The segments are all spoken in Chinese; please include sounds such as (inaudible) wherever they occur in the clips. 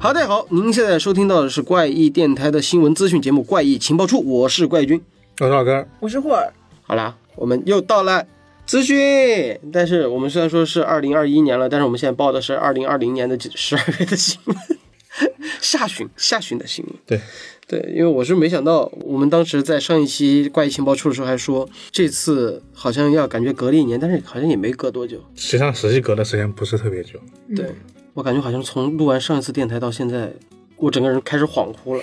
大家好，您现在收听到的是怪异电台的新闻资讯节目《怪异情报处》，我是怪君。我哦是老根儿，我是霍尔，好啦，我们又到了资讯，但是我们虽然说是二零二一年了，但是我们现在报的是二零二零年的十二月的新闻，下旬下旬的新闻。对对，因为我是没想到，我们当时在上一期怪异情报处的时候还说，这次好像要感觉隔了一年，但是好像也没隔多久。实际上实际隔的时间不是特别久，对、我感觉好像从录完上一次电台到现在，我整个人开始恍惚了。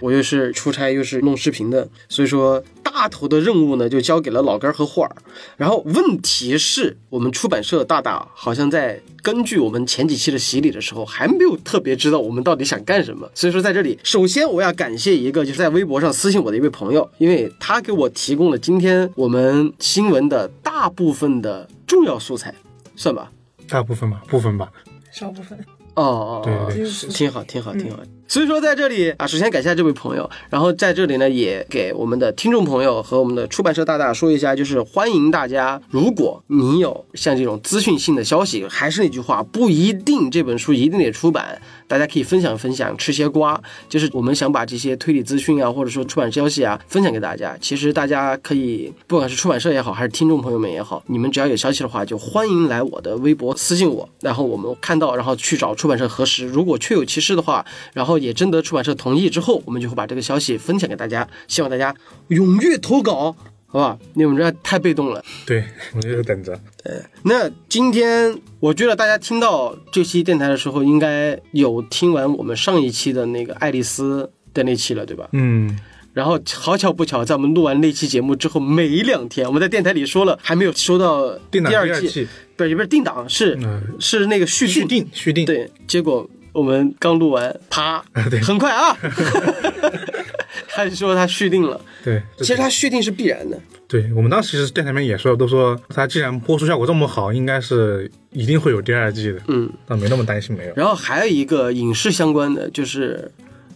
我又是出差又是弄视频的，所以说大头的任务呢就交给了老根儿和霍尔。然后问题是我们出版社的大大好像在根据我们前几期的洗礼的时候，还没有特别知道我们到底想干什么。所以说在这里，首先我要感谢一个就是在微博上私信我的一位朋友，因为他给我提供了今天我们新闻的大部分的重要素材，算吧。大部分吧，部分吧，少部分，哦哦，对哦对对是挺好，挺好，挺好。所以说，在这里啊，首先感谢这位朋友，然后在这里呢，也给我们的听众朋友和我们的出版社大大说一下，就是欢迎大家，呃如果你有像这种资讯性的消息，还是那句话，不一定这本书一定得出版，大家可以分享分享，吃些瓜。就是我们想把这些推理资讯啊，或者说出版消息啊，分享给大家。其实大家可以，不管是出版社也好，还是听众朋友们也好，你们只要有消息的话，就欢迎来我的微博私信我，然后我们看到，然后去找出版社核实。如果确有其事的话，然后也征得出版社同意之后，我们就会把这个消息分享给大家。希望大家踊跃投稿，好吧？你们这太被动了。对，我们就是等着。那今天我觉得大家听到这期电台的时候，应该有听完我们上一期的那个爱丽丝的那期了，对吧？嗯，然后好巧不巧，在我们录完那期节目之后没两天，我们在电台里说了还没有收到第定档二第二季，不是也不是定档，是、嗯是那个续续订，订续订，，对，结果我们刚录完，啪 (laughs) 对很快啊， (laughs) 他就说他续订了，对，其实他续订是必然的，对我们当时其实电台里面也说，都说它既然播出效果这么好，应该是一定会有第二季的，嗯。但没那么担心没有。然后还有一个影视相关的，就是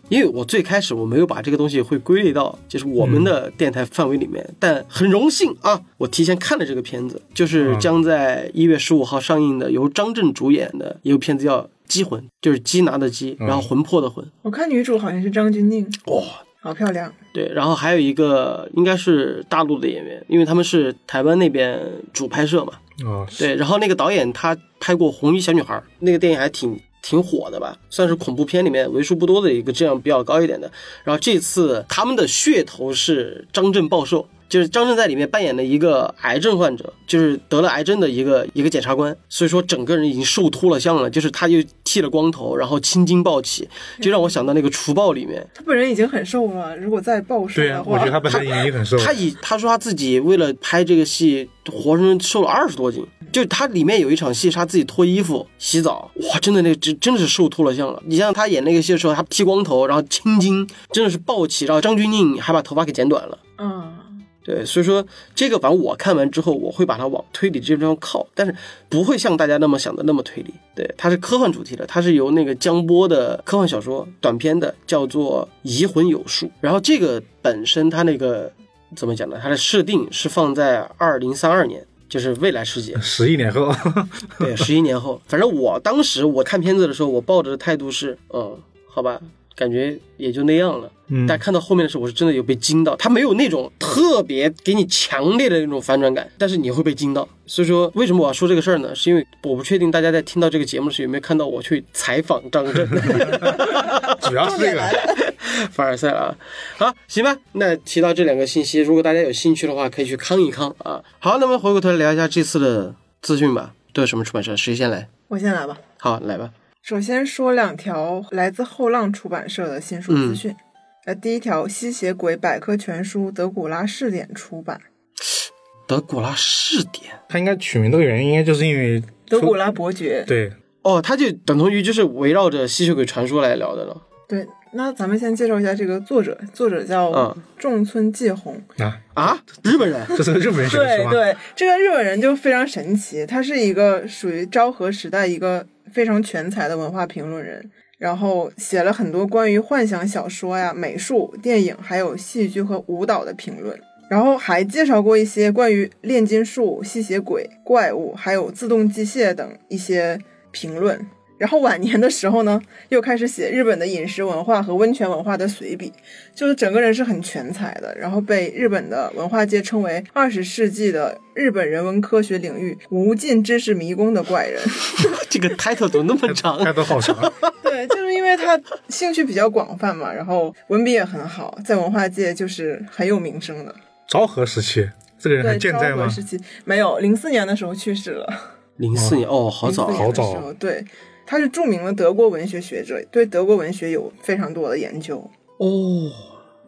因为我最开始我没有把这个东西会归类到就是我们的电台范围里面，但很荣幸啊，我提前看了这个片子，就是将在一月十五号上映的由张震主演的一部片子叫《鸡魂》，就是鸡拿的鸡，然后魂魄的魂。我看女主好像是张钧甯，哇、好漂亮，对，然后还有一个应该是大陆的演员，因为他们是台湾那边主拍摄嘛，哦，对，然后那个导演他拍过《红衣小女孩》，那个电影还挺挺火的吧，算是恐怖片里面为数不多的一个质量比较高一点的。然后这次他们的噱头是张震暴瘦。就是张震在里面扮演了一个癌症患者，就是得了癌症的一个一个检察官，所以说整个人已经瘦秃了相了，就是他又剃了光头，然后青筋暴起，就让我想到那个《除暴》里面，她本人已经很瘦了，如果再暴瘦对啊，的我话，觉得他本身已经很瘦了，他以他说他自己为了拍这个戏，活生生瘦了二十多斤。就他里面有一场戏，是他自己脱衣服洗澡，哇，真的那真真的是瘦秃了相了。你像他演那个戏的时候，他剃光头，然后青筋，真的是暴起，然后张钧甯还把头发给剪短了。嗯，对，所以说这个反正我看完之后，我会把它往推理这地方靠，但是不会像大家那么想的那么推理。对，它是科幻主题的，它是由那个江波的科幻小说短篇的，叫做《移魂有术》。然后这个本身它那个怎么讲呢？它的设定是放在二零三二年，就是未来世界。十一年后， (laughs) 对，十一年后，反正我当时我看片子的时候，我抱着的态度是，嗯，好吧，感觉也就那样了。嗯但看到后面的时候，我是真的有被惊到，它没有那种特别给你强烈的那种反转感，但是你会被惊到。所以说，为什么我要说这个事儿呢？是因为我不确定大家在听到这个节目时有没有看到我去采访张震。主要是这个，凡尔赛了啊。好，行吧，那提到这两个信息，如果大家有兴趣的话，可以去康一康啊。好，那么回过头来聊一下这次的资讯吧，都有什么出版社？谁先来？我先来吧。好，来吧。首先说两条来自后浪出版社的新书资嗯讯。呃，第一条《吸血鬼百科全书》德古拉试点出版，德古拉试点他应该取名这个原因，应该就是因为德古拉伯爵。对哦，它就等同于就是围绕着吸血鬼传说来聊的了。对，那咱们先介绍一下这个作者，作者叫嗯仲村纪宏。啊，啊，日本人这是个日本人写的对是吧？对，这个日本人就非常神奇，他是一个属于昭和时代一个非常全才的文化评论人，然后写了很多关于幻想小说呀、美术、电影，还有戏剧和舞蹈的评论。然后还介绍过一些关于炼金术、吸血鬼、怪物，还有自动机械等一些评论。然后晚年的时候呢，又开始写日本的饮食文化和温泉文化的随笔，就是整个人是很全才的，然后被日本的文化界称为二十世纪的日本人文科学领域无尽知识迷宫的怪人。 (laughs) 这个 title 怎么那么 (laughs) 长？开头好长， (laughs) 对，就是因为他兴趣比较广泛嘛，然后文笔也很好，在文化界就是很有名声的。昭和时期，这个人还对，健在昭吗和？时期没有，零四年的时候去世了。零四年哦，好04早年好的时早候，对，他是著名的德国文学学者，对德国文学有非常多的研究。哦，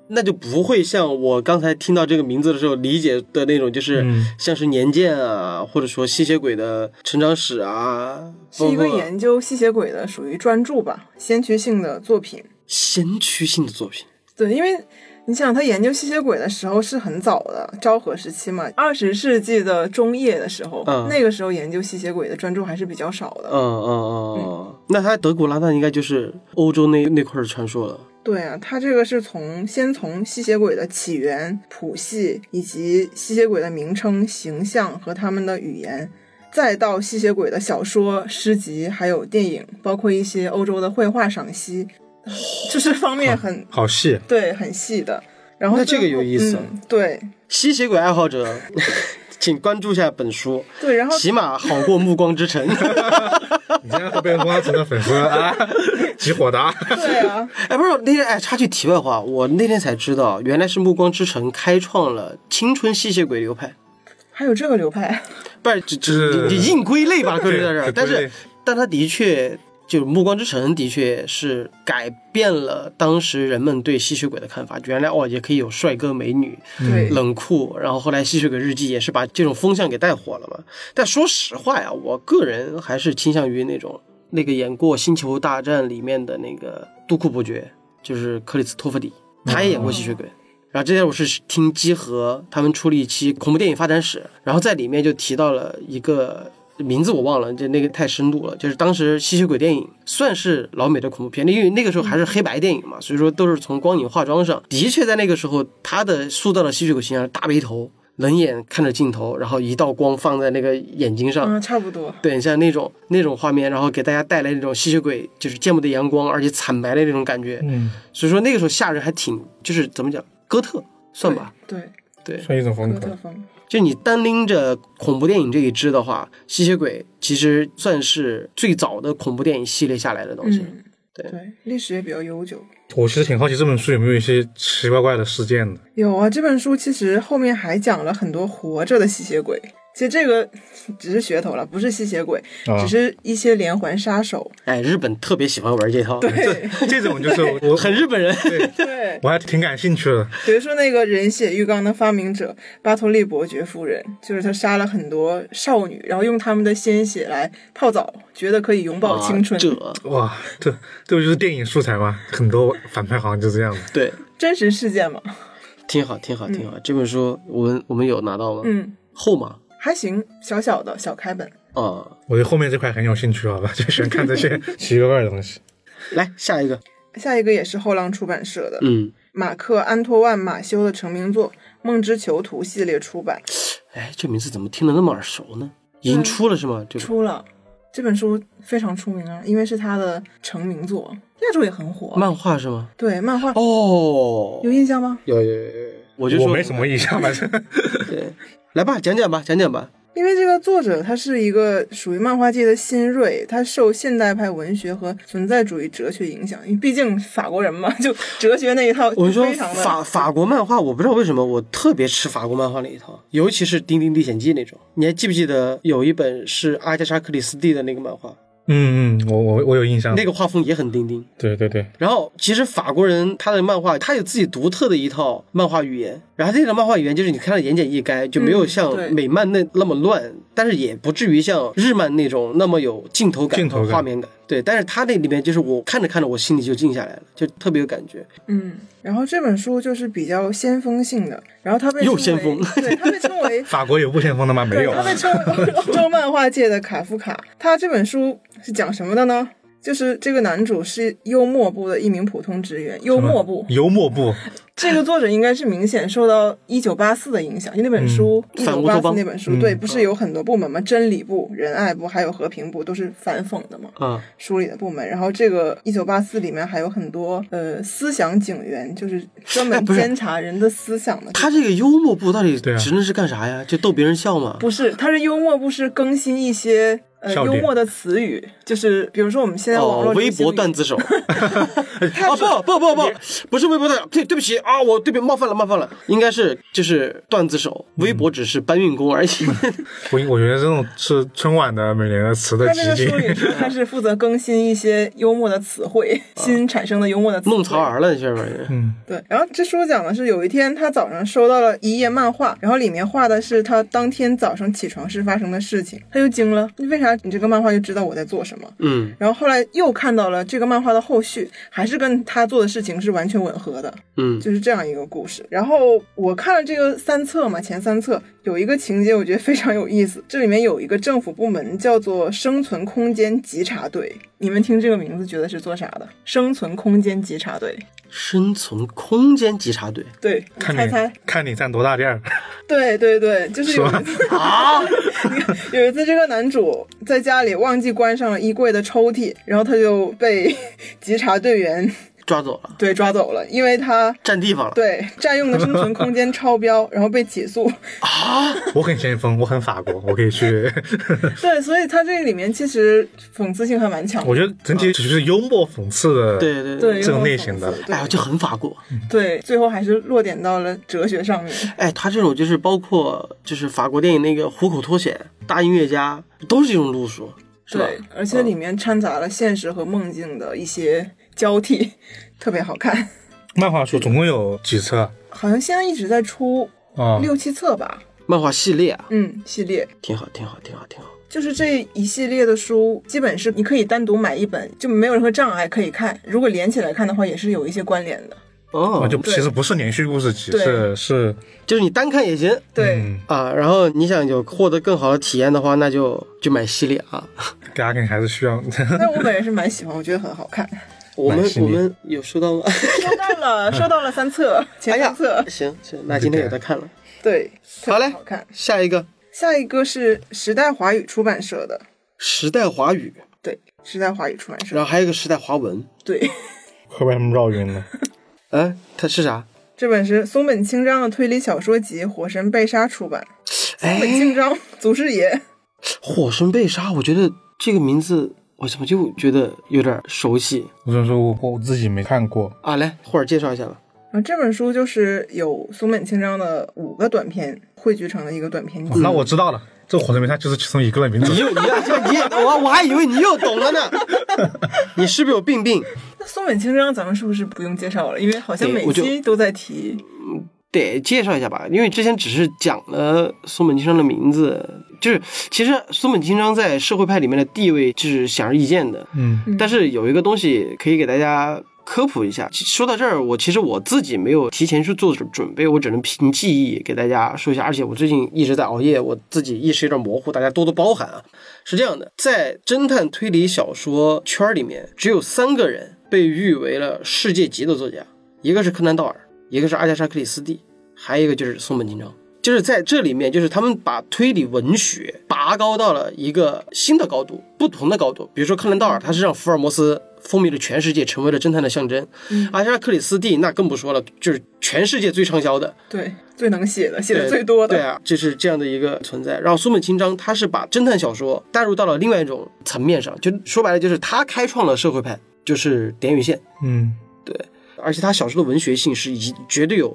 那就不会像我刚才听到这个名字的时候理解的那种，就是嗯像是年鉴啊，或者说吸血鬼的成长史啊，是一个包括研究吸血鬼的，属于专著吧，先驱性的作品。先驱性的作品。对，因为你想，他研究吸血鬼的时候是很早的，昭和时期嘛，二十世纪的中叶的时候，嗯那个时候研究吸血鬼的专著还是比较少的。嗯嗯嗯嗯，那他德古拉那应该就是欧洲那那块儿传说了。对啊，他这个是从先从吸血鬼的起源、谱系以及吸血鬼的名称、形象和他们的语言，再到吸血鬼的小说、诗集，还有电影，包括一些欧洲的绘画赏析，就是方 (laughs) 面很好细，对很细的。然后那这个最有后意思啊嗯对吸血鬼爱好者， (laughs) 请关注一下本书，对，然后起码好过《暮光之城》。你竟然和被人挖成了粉丝啊！极火的啊，对啊， (laughs) 哎，不是那天哎，插句题外话，我那天才知道，原来是《暮光之城》开创了青春吸血鬼流派。还有这个流派，不是，只只是你你硬归类 (laughs) 吧，归类在这儿。对但归是类，但它的确就是《暮光之城》，的确是改变了当时人们对吸血鬼的看法。原来哦，也可以有帅哥美女、 (laughs) 对，冷酷，然后后来《吸血鬼日记》也是把这种风向给带火了嘛。但说实话呀，我个人还是倾向于那种那个演过《星球大战》里面的那个杜库伯爵，就是克里斯托弗里，他也演过吸血鬼。然后之前我是听基和他们出了一期恐怖电影发展史，然后在里面就提到了一个名字我忘了，就那个太深度了。就是当时吸血鬼电影算是老美的恐怖片，因为那个时候还是黑白电影嘛，所以说都是从光影化妆上，的确在那个时候他的塑造的吸血鬼形象是大背头。冷眼看着镜头，然后一道光放在那个眼睛上，嗯，差不多，对，像那种那种画面，然后给大家带来那种吸血鬼就是见不得阳光，而且惨白的那种感觉。嗯，所以说那个时候吓人还挺，就是怎么讲，哥特算吧。对，对，算一种风哥特格。风，就你单拎着恐怖电影这一支的话，吸血鬼其实算是最早的恐怖电影系列下来的东西。嗯，对对，历史也比较悠久。我其实挺好奇这本书有没有一些奇奇怪怪的事件的。有啊，这本书其实后面还讲了很多活着的吸血鬼。其实这个只是噱头了，不是吸血鬼，啊只是一些连环 (laughs) 杀手。哎，日本特别喜欢玩这套，对这种 (laughs) 就是我很日 (laughs) 本人。对，我还挺感兴趣的。比如说那个人血浴缸的发明者巴托利伯爵夫人，就是她杀了很多少女，然后用她们的鲜血来泡澡，觉得可以永葆青春。啊、这哇，这这不就是电影素材吗？很多反派好像就这样的。 (laughs) 对，真实事件嘛，挺好，挺好，挺好。这本书我们我们有拿到吗？嗯，厚吗？还行，小小的小开本。啊、我对后面这块很有兴趣，好吧， (laughs) 就喜欢看这些奇奇怪怪的东 (laughs) 西。来下一个。下一个也是后浪出版社的，嗯，马克·安托万·马修的成名作《梦之囚徒》系列出版，哎，这名字怎么听着那么耳熟呢？已经出了是吗？这个嗯出了这本书非常出名啊，因为是他的成名作，亚洲也很火。漫画是吗？对漫画、哦，有印象吗？有有有有，我就我说没什么印象，反正 (laughs) 对，来吧，讲讲吧，讲讲吧。因为这个作者他是一个属于漫画界的新锐，他受现代派文学和存在主义哲学影响，因为毕竟法国人嘛， (laughs) 就哲学那一套 (laughs) 我跟你说非常的 (laughs) 法法国漫画，我不知道为什么我特别吃法国漫画那一套，尤其是《丁丁历险记》那种。你还记不记得有一本是阿加莎·克里斯蒂的那个漫画，嗯嗯，我我我有印象。那个画风也很丁丁。对对对，然后其实法国人他的漫画，他有自己独特的一套漫画语言，然后这种漫画语言就是你看了言简意赅，就没有像嗯对美漫那那么乱，但是也不至于像日漫那种那么有镜头感镜头和感画面感。对，但是他那里面就是我看着看着，我心里就静下来了，就特别有感觉。嗯，然后这本书就是比较先锋性的，然后他被又称为先锋对他被 (laughs) 称为法国有不先锋的吗？没对，有他。被称为 (laughs) 欧洲漫画界的卡夫卡。他这本书是讲什么的呢？就是这个男主是幽默部的一名普通职员，幽默部幽默部，这个作者应该是明显受到《一九八四》的影响，因为那本书《一反九乌八托四》邦那本书，嗯对，不是有很多部门吗？真理部、仁爱部，还有和平部，都是反讽的嘛。嗯啊，书里的部门，然后这个《一九八四》里面还有很多呃思想警员，就是专哎门不是监察人的思想的。他这个幽默部到底对啊职能是干啥呀？就逗别人笑吗？不是，他是幽默，不是更新一些呃笑幽点默的词语，就是比如说我们现在网哦络，微流行博语段子 (laughs) 手啊！他是不不不不，不是微博段，对对不起啊，我对不起冒犯了冒犯了，应该是就是段子手，嗯微博只是搬运工 (laughs) 而已。我我觉得这种是春晚的每年的词的他集这个锦书，里说他是负责更新一些幽默的词汇，啊新产生的幽默的词汇。弄潮儿了，这边人。 (laughs) 嗯，对，然后这书讲的是有一天他早上收到了一页漫画，然后里面画的是他当天早上起床时发生的事情，他就惊了，为啥你这个漫画就知道我在做什么？嗯然后后来又看到了这个漫画的后续，还是跟他做的事情是完全吻合的，嗯，就是这样一个故事。然后我看了这个三册嘛，前三册有一个情节我觉得非常有意思，这里面有一个政府部门叫做生存空间稽查队，你们听这个名字觉得是做啥的？生存空间稽查队，生存空间稽查队对，你看猜猜你，看你占多大店儿，对对对，就是有一次 (laughs) 啊，有一次，这个男主在家里忘记关上了衣柜的抽屉，然后他就被 (laughs) 稽查队员 (laughs) 抓走了，对抓走了，因为他占地方了对占用的生存空间超标，然后被起诉。啊！我很先锋，我很法国，我可以去。 (laughs) (laughs) 对，所以他这个里面其实讽刺性还蛮强的。我觉得整体只是幽默讽刺的，对对对这种有类讽型刺的对哎呀，就很法国。对，最后还是落点到了哲学上面。哎，他这种就是包括就是法国电影那个《虎口脱险》《大音乐家》，都是这种路数，是吧？对，而嗯且里面掺杂了现实和梦境的一些交替，特别好看。漫画书总共有几册啊？好像现在一直在出哦六七册吧，漫画系列啊，嗯，系列。挺好，挺好，挺好，挺好。就是这一系列的书，基本是你可以单独买一本，就没有任何障碍可以看。如果连起来看的话，也是有一些关联的。哦，啊就就其实不是连续故事集，是对是，就是你单看也行对，嗯，啊，然后你想有获得更好的体验的话，那就就买系列啊。大家肯定还是需要。 (laughs) (laughs) 但我本人是蛮喜欢，我觉得很好 (laughs) 看。 (laughs) 我们买系我列们有收到吗？收到了，收到了三册，哎前呀三册，， (laughs) 行行，那今天有的看了。对，特别 (laughs) 好嘞好看。下一个下一个是时代华语出版社的，时代华语，对，时代华语出版社，然后还有一个时代华文。对，快被他们绕晕了。哎，它是啥？这本是松本清张的推理小说集《火神被杀》出版，松本哎，清张， (laughs) 祖师爷，火神被杀，我觉得这个名字我怎么就觉得有点熟悉我只能说我我自己没看过，啊？来，或者介绍一下吧。然后这本书就是有松本清张的五个短篇汇聚成的一个短篇集。那我知道了，这火神面它就是其中一个的名字你。又你又这你也我我还以为你又懂了呢， (laughs) 你是不是有病病？那松本清张咱们是不是不用介绍了？因为好像对每我就期都在提。得介绍一下吧，因为之前只是讲了松本清张的名字，就是其实松本清张在社会派里面的地位就是显而易见的，嗯，嗯但是有一个东西可以给大家科普一下。说到这儿，我其实我自己没有提前去做准准备，我只能凭记忆给大家说一下。而且我最近一直在熬夜，我自己意识有点模糊，大家多多包涵啊。是这样的，在侦探推理小说圈儿里面，只有三个人被誉为了世界级的作家，一个是柯南道尔，一个是阿加莎克里斯蒂，还有一个就是松本清张。就是在这里面，就是他们把推理文学拔高到了一个新的高度，不同的高度。比如说柯南道尔，他是让福尔摩斯风靡了全世界，成为了侦探的象征；嗯阿加莎克里斯蒂那更不说了，就是全世界最畅销的。对，最能写的，写对的最多的。对啊，就是这样的一个存在。然后松本清张他是把侦探小说带入到了另外一种层面上，就说白了就是他开创了社会派，就是点与线，嗯，而且他小说的文学性是以绝对有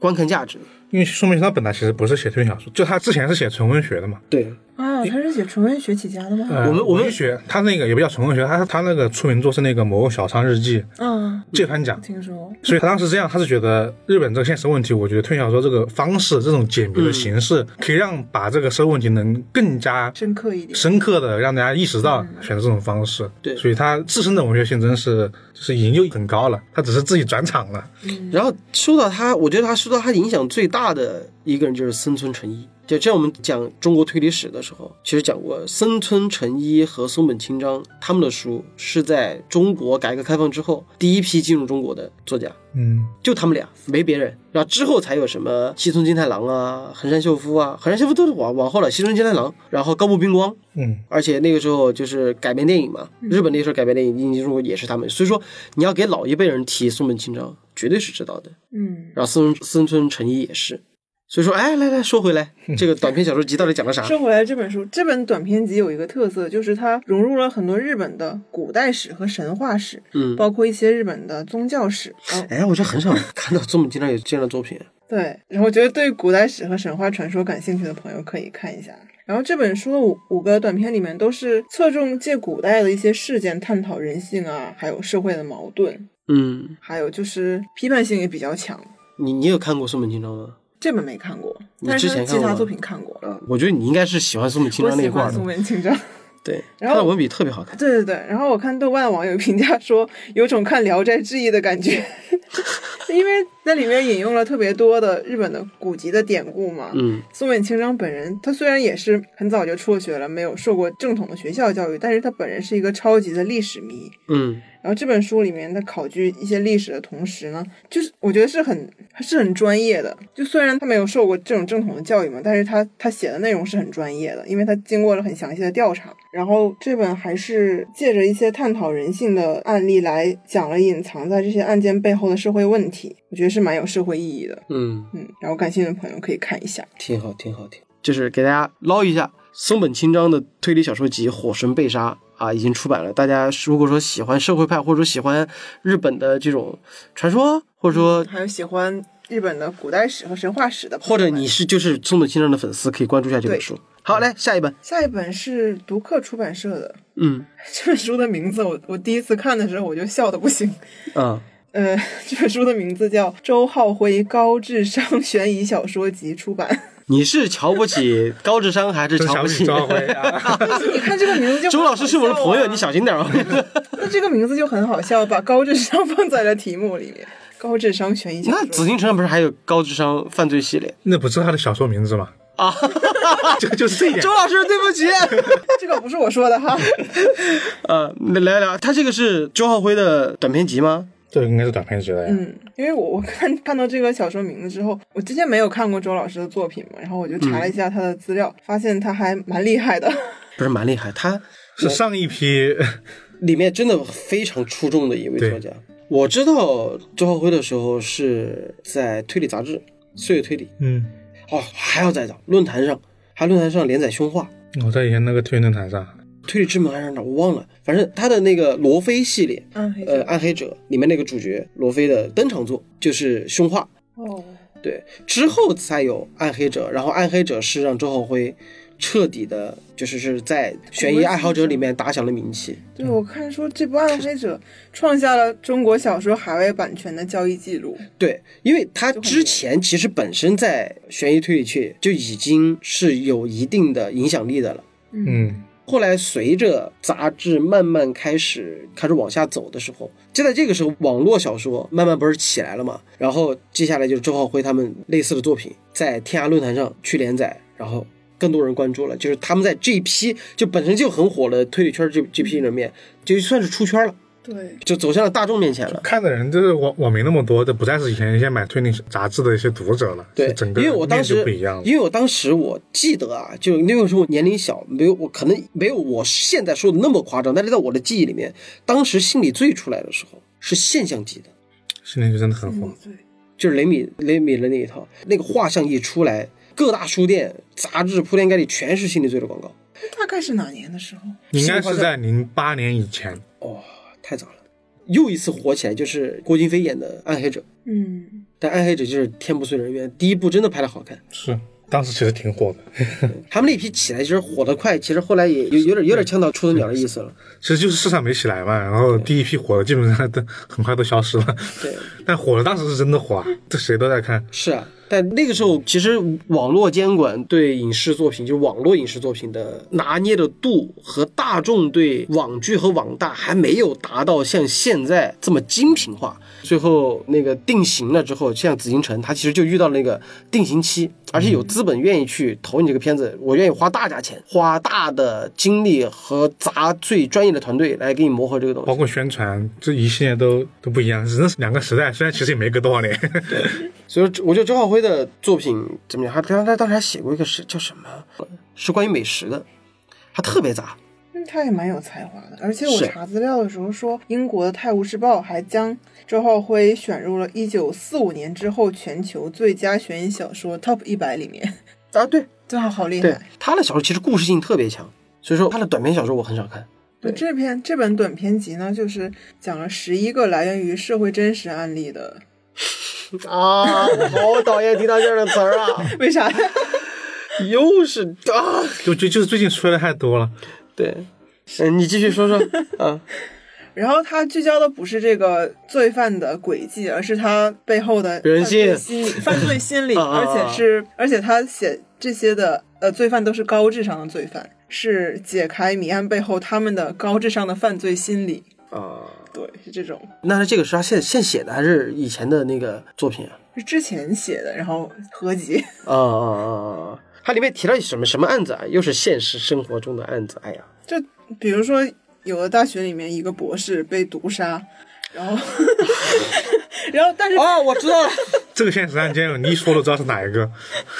观看价值的。因为说明他本来其实不是写推理小说，就他之前是写纯文学的嘛。对，啊，他是写纯文学起家的吗？呃我们我们文学，他那个也不叫纯文学，他他那个出名作是那个《魔偶小仓日记》嗯，芥川奖。听说。所以他当时这样，他是觉得日本这个现实问题，我觉得推理小说这个方式，这种解谜的形式，嗯可以让把这个社会问题能更加深刻一点，深刻的让大家意识到选择这种方式。嗯对所以他自身的文学性真是就是已经又很高了，他只是自己转场了。然后说到他，我觉得他受到他影响最大的一个人就是森村诚一。就这样，我们讲中国推理史的时候，其实讲过森村诚一和松本清张他们的书是在中国改革开放之后第一批进入中国的作家，嗯，就他们俩，没别人。然后之后才有什么西村金太郎啊、横山秀夫啊，横山秀夫都是往往后了，西村金太郎，然后高木彬光，嗯，而且那个时候就是改编电影嘛，日本那时候改编电影引进中国也是他们，所以说你要给老一辈人提松本清张，绝对是知道的。嗯，然后森森村诚一也是，所以说，哎，来来说回来，这个短篇小说集到底讲了啥？说回来，这本书这本短篇集有一个特色，就是它融入了很多日本的古代史和神话史，嗯，包括一些日本的宗教史。 (laughs) 哦哎，我就很少看到这么经常有这样的作品。对，然后我觉得对古代史和神话传说感兴趣的朋友可以看一下。然后这本书的五五个短片里面都是侧重借古代的一些事件探讨人性啊，还有社会的矛盾，嗯，还有就是批判性也比较强。你你有看过松本清张吗？这本没看过，你但是之前看其过他吗作品看过了。我觉得你应该是喜欢松本清我张那喜一块欢儿松的，本清张。对，然他后的文笔特别好看。对对对，然后我看豆瓣网友评价说，有种看《聊斋志异》的感觉， (laughs) 因为那里面引用了特别多的日本的古籍的典故嘛。嗯松本清张本人，他虽然也是很早就辍学了，没有受过正统的学校教育，但是他本人是一个超级的历史迷。嗯，然后这本书里面，他考据一些历史的同时呢，就是我觉得是很是很专业的。就虽然他没有受过这种正统的教育嘛，但是他他写的内容是很专业的，因为他经过了很详细的调查。然后这本还是借着一些探讨人性的案例来讲了隐藏在这些案件背后的社会问题，我觉得是蛮有社会意义的。嗯，嗯，然后感兴趣的朋友可以看一下。挺好，挺好，挺好就是给大家捞一下松本清张的推理小说集《火神被杀》啊，已经出版了。大家如果说喜欢社会派，或者说喜欢日本的这种传说，或者说还有喜欢日本的古代史和神话史的朋或友者们，你是就是松本清张的粉丝，可以关注一下这本对书。好，来下一本，下一本是读客出版社的。嗯 (laughs) 这本书的名字我，我第一次看的时候我就笑的不行。啊，呃，这本书的名字叫《周浩辉高智商悬疑小说集》出版。 (laughs) 你是瞧不起高智商还是真瞧瞧不不起 (laughs) 起？赵辉啊， (laughs) 你看这个名字就、周老师是我的朋友，你想，小心点啊！ (laughs) 那这个名字就很好笑，把高智商放在了题目里面。高智商悬疑小 (laughs) 那说紫禁城不是还有高智商犯罪系列那不是他的小说名字吗？啊？ (laughs) 就就是这一点周，老师，对不起。 (laughs) 这个不是我说的哈。 (laughs) 呃，那聊一聊，他这个是周浩辉的短篇集吗？这应该是短篇集了呀。嗯，因为我我看看到这个小说名字之后，我之前没有看过周老师的作品嘛，然后我就查嗯了一下他的资料，发现他还蛮厉害的。 (laughs) 不是，蛮厉害，他是上一批， (laughs) 里面真的非常出众的一位对作家。我知道周浩辉的时候是在推理杂志《岁月推理嗯，》，哦，还要再早论坛上，还论坛上连载凶话，我在以前那个推论坛上，推理之门还是哪儿我忘了，反正他的那个罗非系列，嗯，黑呃，《色暗黑者》里面那个主角罗非的登场作就是凶化，哦，对，之后才有《暗黑者》，然后《暗黑者》是让周浩辉彻底的，就是是在悬疑爱好者里面打响了名气。对，我看说这部《暗黑 (laughs) 者》创下了中国小说海外版权的交易记录。对，因为他之前其实本身在悬疑推理界就已经是有一定的影响力的了。嗯，后来随着杂志慢慢开始开始往下走的时候，就在这个时候，网络小说慢慢不是起来了嘛？然后接下来就是周浩辉他们类似的作品在天涯论坛上去连载，然后更多人关注了，就是他们在这一批就本身就很火的推理圈这这批人面，就算是出圈了，对，就走向了大众面前了。看的人就是网网民那么多，这不再是以前一些买推理杂志的一些读者了，对就，整个因为我当面时就不一样了因。为我当时我记得啊，就那个时候我年龄小，没有我可能没有我现在说的那么夸张，但是在我的记忆里面，当时心理罪出来的时候是现象级的，现在就真的很嗯嗯火，就是雷米雷米的那一套，那个画像一出来，各大书店、杂志铺天盖地全是心理罪的广告，大概是哪年的时候？应该是在零八年以前。哦，太早了。又一次火起来就是郭京飞演的《暗黑者》，嗯，但《暗黑者》就是天不遂人愿，第一部真的拍的好看，是，当时其实挺火的。他们那批起来其实火得快，其实后来也有有点有点呛到出头鸟的意思了。其实就是市场没起来嘛，然后第一批火的基本上都很快都消失了。对， (laughs) 但火了当时是真的火啊，这谁都在看。是啊，但那个时候其实网络监管对影视作品，就网络影视作品的拿捏的度和大众对网剧和网大还没有达到像现在这么精品化。最后那个定型了之后，像《紫禁城》，它其实就遇到了那个定型期，而且有资本愿意去投你这个片子，我愿意花大价钱、花大的精力和砸最专业的团队来给你磨合这个东西。包括宣传，这一系列都都不一样，真的是两个时代。虽然其实也没隔多少年， (laughs) 所以我觉得周浩辉的作品怎么样？他他他当时还写过一个是叫什么？是关于美食的，他特别杂。嗯，他也蛮有才华的，而且我是查资料的时候说，英国的《泰晤士报》还将周浩辉选入了一九四五年之后全球最佳悬疑小说 Top 一百里 (laughs) 面，啊，对真的好厉对害！，他的小说其实故事性特别强，所以说他的短篇小说我很少看。对这篇这本短篇集呢，就是讲了十一个来源于社会真实案例的，啊，好讨厌听到这样的词儿啊！ (laughs) 为啥呀？ (laughs) 又是啊，就就就是最近吹的太多了。对，嗯，你继续 (laughs) 说说，嗯，然后他聚焦的不是这个罪犯的轨迹，而是他背后的人性犯罪心理、犯罪心 (laughs) 理，啊啊啊而且是而且他写这些的呃罪犯都是高智商的罪犯，是解开谜案背后他们的高智商的犯罪心理。啊，对，是这种，那他这个是他现现写的还是以前的那个作品啊？是之前写的，然后合集。 (laughs) 啊啊啊啊！啊它里面提到什么什么案子啊？又是现实生活中的案子，哎呀，就比如说，有的大学里面一个博士被毒杀，然后 (laughs) 然后但是哦，我知道了，这个现实案件，你一说都知道是哪一个，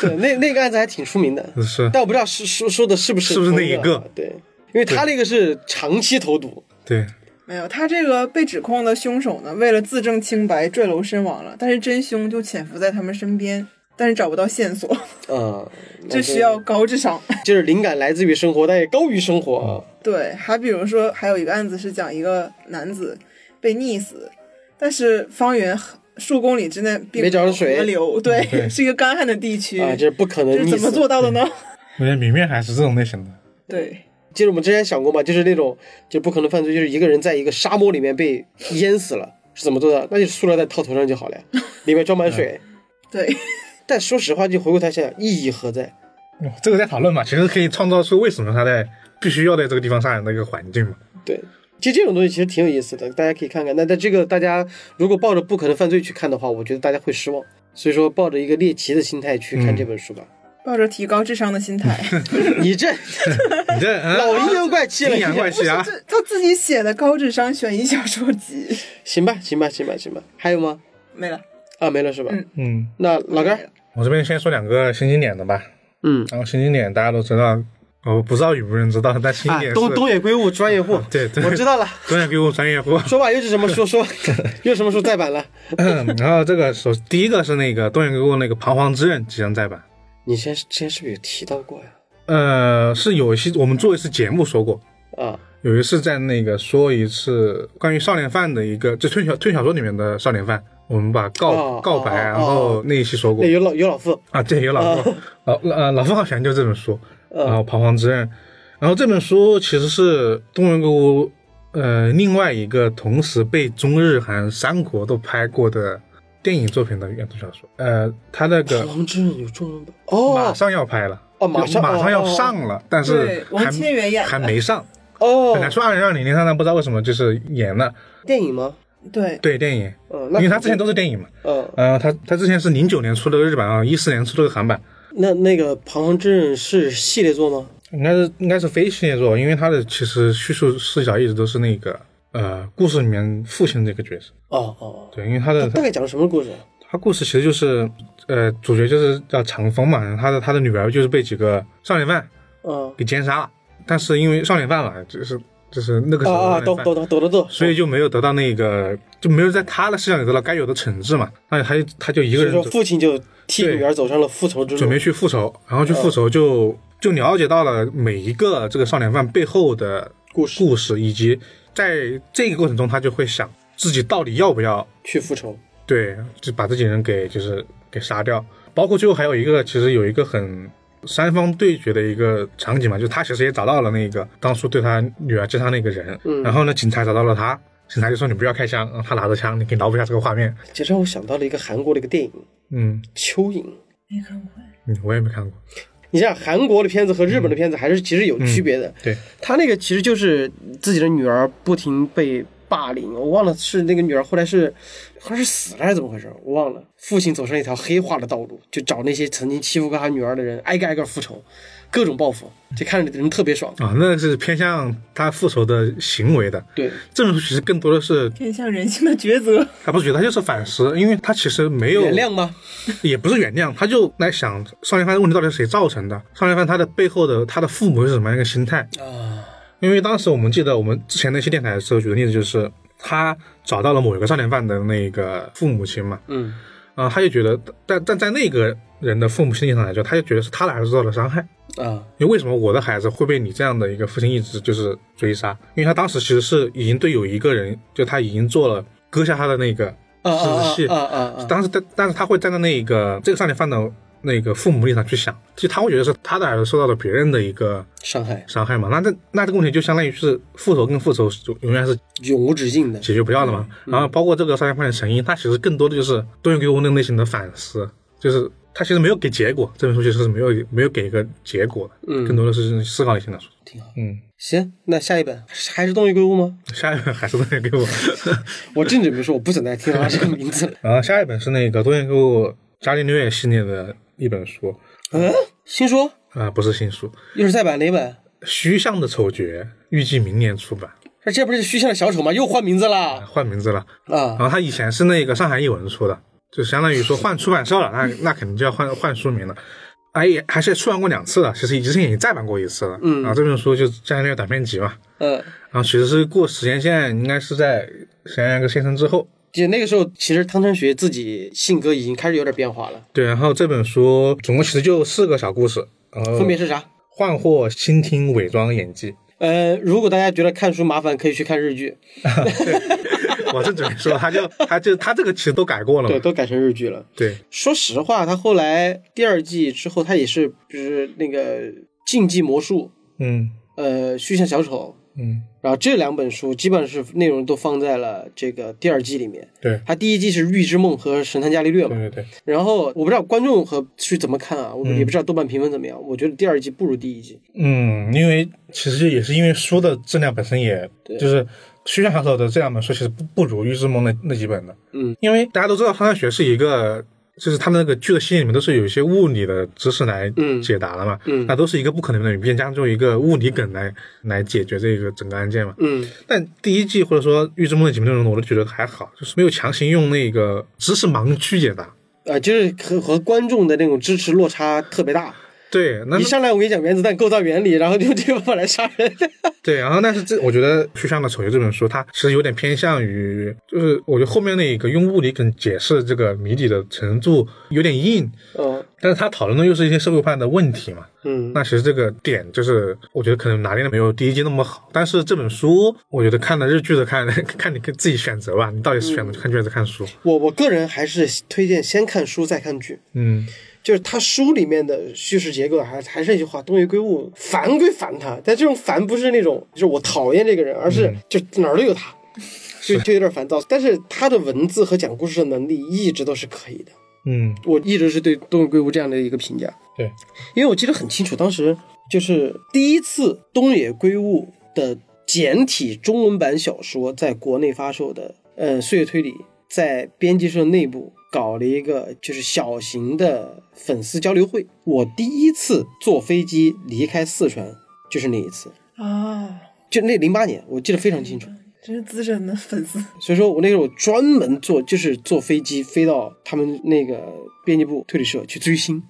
对，那那个案子还挺出名的，是但我不知道是说说的是不是嗯是不是同那一个？对，因为他那个是长期投毒，对，没有，他这个被指控的凶手呢，为了自证清白坠楼身亡了，但是真凶就潜伏在他们身边，但是找不到 (laughs) 线索，嗯，这需要高智商。 (laughs) 就是灵感来自于生活，但也高于生活啊。对，还比如说还有一个案子是讲一个男子被溺死，但是方圆数公里之内并没找着有水 (laughs) 河流，对，对是一个干旱的地区，啊，这是不可能这嗯是溺怎死。么嗯做到的呢？我觉得明面还是这种类型的。 (laughs) 对，就是我们之前想过嘛，就是那种就不可能犯罪，就是一个人在一个沙漠里面被淹死了，是怎么做的？那就塑料袋套头上就好了呀，里面装满水。对，但说实话，就回过头想想，意义何在？哦这个在讨论嘛，其实可以创造出为什么他在必须要在这个地方杀人的一个环境嘛。对，其实这种东西其实挺有意思的，大家可以看看。那但这个大家如果抱着不可能犯罪去看的话，我觉得大家会失望。所以说，抱着一个猎奇的心态去看嗯这本书吧。抱着提高智商的心 (laughs) 态。你 (laughs) 这你这、嗯、老阴阳怪 (laughs) 气了，阴阳怪气啊，这他自己写的高智商悬疑小说集 (laughs) 行吧，行吧，行吧，行吧。还有吗？没了，啊，没了是吧？嗯嗯，那老没干了儿，我这边先说两个新经典的吧。嗯，然后新经典大家都知道，我不知道有没有人知道，但新经啊典，是、东东野圭吾专业户， (laughs) 对对我知 (laughs) 道了。东野圭吾专业户。说吧，又是什么书？说 (laughs) 又什么书再版了？嗯然后这个首第一个是那个东野圭吾那个《彷徨之刃》即将再版，你先之前是不是有提到过呀？呃，是有一期我们做一次节目说过，啊，有一次在那个说一次关于少年犯的一个，就推小推小说里面的少年犯，我们把告、哦告白，哦然后那一期说过那有哦老有老傅，啊，对，有老傅、老呃老傅好像就这本书，哦然后《彷徨之刃》，然后这本书其实是东野圭吾呃另外一个同时被中日韩三国都拍过的电影作品的原著小说，呃，他那《个螳螂之刃》有中文版马哦上要拍了。哦，马上马上哦要哦哦上了，但对是王还千源演的还没上，本来哦，说二零二零年上，但不知道为什么就是延了。电影吗？对，对电影，嗯，那因为他之前都是电影嘛。嗯，呃，他他之前是零九年出的日版啊，一四年出的韩版，那那个《彷徨之刃》是系列作吗？应该是应该是非系列作，因为他的其实叙述视角一直都是那个呃故事里面父亲这个角色。哦哦，对，因为他的大概讲什么故事？他故事其实就是呃主角就是叫长风嘛，然后他的他的女儿就是被几个少年犯嗯，给奸杀了，但是因为少年犯嘛，就是就是那个时啊候啊，少年懂犯懂懂懂得懂，所以就没有得到那个，就没有在他的视角里得到该有的惩治嘛。那他就他就一个所以人说走父亲就替对女儿走上了复仇之准路备。去复仇，然后去复仇就、就了解到了每一个这个少年犯背后的故事故事，以及在这个过程中，他就会想自己到底要不要去复仇，对，就把这几人给就是给杀掉。包括最后还有一个，其实有一个很三方对决的一个场景嘛，就他其实也找到了那个当初对他女儿奸杀那个人，嗯然后呢，警察找到了他，警察就说你不要开枪，然后嗯他拿着枪，你可以脑补一下这个画面。这让我想到了一个韩国的一个电影《嗯，蚯蚓》。没看过。嗯我也没看过。你像韩国的片子和日本的片子还是其实有区别的。嗯对，他那个其实就是自己的女儿不停被霸凌，我忘了是那个女儿后来是，后来是死了还是怎么回事，我忘了。父亲走上一条黑化的道路，就找那些曾经欺负过他女儿的人，挨个挨个复仇，各种报复，就看着人特别爽。啊，那是偏向他复仇的行为的。对，这本书其实更多的是，偏向人性的抉择。他不是觉得他就是反思，因为他其实没有原谅吗？也不是原谅，他就来想少年犯的问题到底是谁造成的，少年犯他的背后的他的父母是什么样一个心态。啊，因为当时我们记得我们之前那期电台的时候举的例子就是，他找到了某一个少年犯的那个父母亲嘛，嗯，啊，他就觉得，但但在那个人的父母心理上来说，他就觉得是他的孩子受到了伤害。啊，因为为什么我的孩子会被你这样的一个父亲一直就是追杀？因为他当时其实是已经对有一个人，就他已经做了割下他的那个啊啊是是啊啊啊！当时但但是他会站在那个这个少年犯的那个父母立场去想，其实他会觉得是他的儿子受到了别人的一个伤害伤害嘛。那这那这个问题就相当于是复仇跟复仇就永远是永无止境的。解决不掉的嘛。然后包括这个少年犯的成因，他其实更多的就是多元给我那类型的反思，就是他其实没有给结果，这本书其实是没有没有给一个结果的，嗯更多的是思考类型的书。挺好。嗯，行，那下一本还是动力归物吗？下一本还是多元给我。 (laughs) 我正准备说，我不想再听到他这个名字了。然后下一本是那个多元给我伽利略系列的一本书，嗯，新书啊、不是新书，《又是再版哪本？虚像的丑角》，预计明年出版，这这不是虚像的小丑吗？又换名字啦！换名字了。然啊，后他以前是那个上海译文出的，就相当于说换出版社了，那那肯定就要换换书名了。哎，也还是出版过两次了，其实之前已经再版过一次了。嗯然后这本书就是《战略短篇集》嘛，嗯，然后其实是过时间线，应该是在沈阳跟先生之后。就那个时候，其实汤川学自己性格已经开始有点变化了。对，然后这本书总共其实就四个小故事，然后分别是啥？换货、倾听、伪装、演技。 (laughs) 呃，如果大家觉得看书麻烦，可以去看日剧。我正准备说，他就他就他这个其实都改过了对，嘛。都改成日剧了。对，说实话，他后来第二季之后，他也是就是那个竞技魔术，嗯呃，虚像小丑，嗯，然后这两本书基本上是内容都放在了这个第二季里面。对他第一季是《预知梦》和《神探伽利略》嘛，对对对，然后我不知道观众和去怎么看啊，我也不知道豆瓣评分怎么样。我觉得第二季不如第一季。嗯，因为其实也是因为书的质量本身也，就是《虚像小丑》的这两本书其实不不如《预知梦》那那几本的。嗯，因为大家都知道，《上山学》是一个，就是它那个剧的系列里面都是有一些物理的知识来嗯解答的嘛，嗯那都是一个不可能的语变，加上就一个物理梗来来解决这个整个案件嘛。嗯但第一季或者说《预知梦》那几本内容，我都觉得还好，就是没有强行用那个知识盲区解答。啊，就是和和观众的那种支持落差特别大。对，那一上来我跟你讲原子弹构造原理，然后就这个法来杀 (laughs) 人。对，然后但是这我觉得《虚像的丑角》这本书，它其实有点偏向于，就是我觉得后面那个用物理梗解释这个谜底的程度有点硬，嗯但是它讨论的又是一些社会派的问题嘛。嗯那其实这个点就是，我觉得可能拿捏的没有第一季那么好，但是这本书，我觉得看了日剧的看， (laughs) 看你可以自己选择吧，你到底是嗯选择看剧还是看书？我我个人还是推荐先看书再看剧。嗯，就是他书里面的叙事结构还还是那句话，东野圭吾烦归烦他，但这种烦不是那种就是我讨厌这个人，而是就哪儿都有他， (laughs) 就就有点烦躁。但是他的文字和讲故事的能力一直都是可以的，嗯，我一直是对东野圭吾这样的一个评价。对，因为我记得很清楚，当时就是第一次东野圭吾的简体中文版小说在国内发售的，呃，《岁月推理》在编辑社内部搞了一个就是小型的粉丝交流会。我第一次坐飞机离开四川就是那一次，啊，就那零八年，我记得非常清楚。真是资深的粉丝。所以说我那时候专门坐就是坐飞机飞到他们那个编辑部推理社去追星，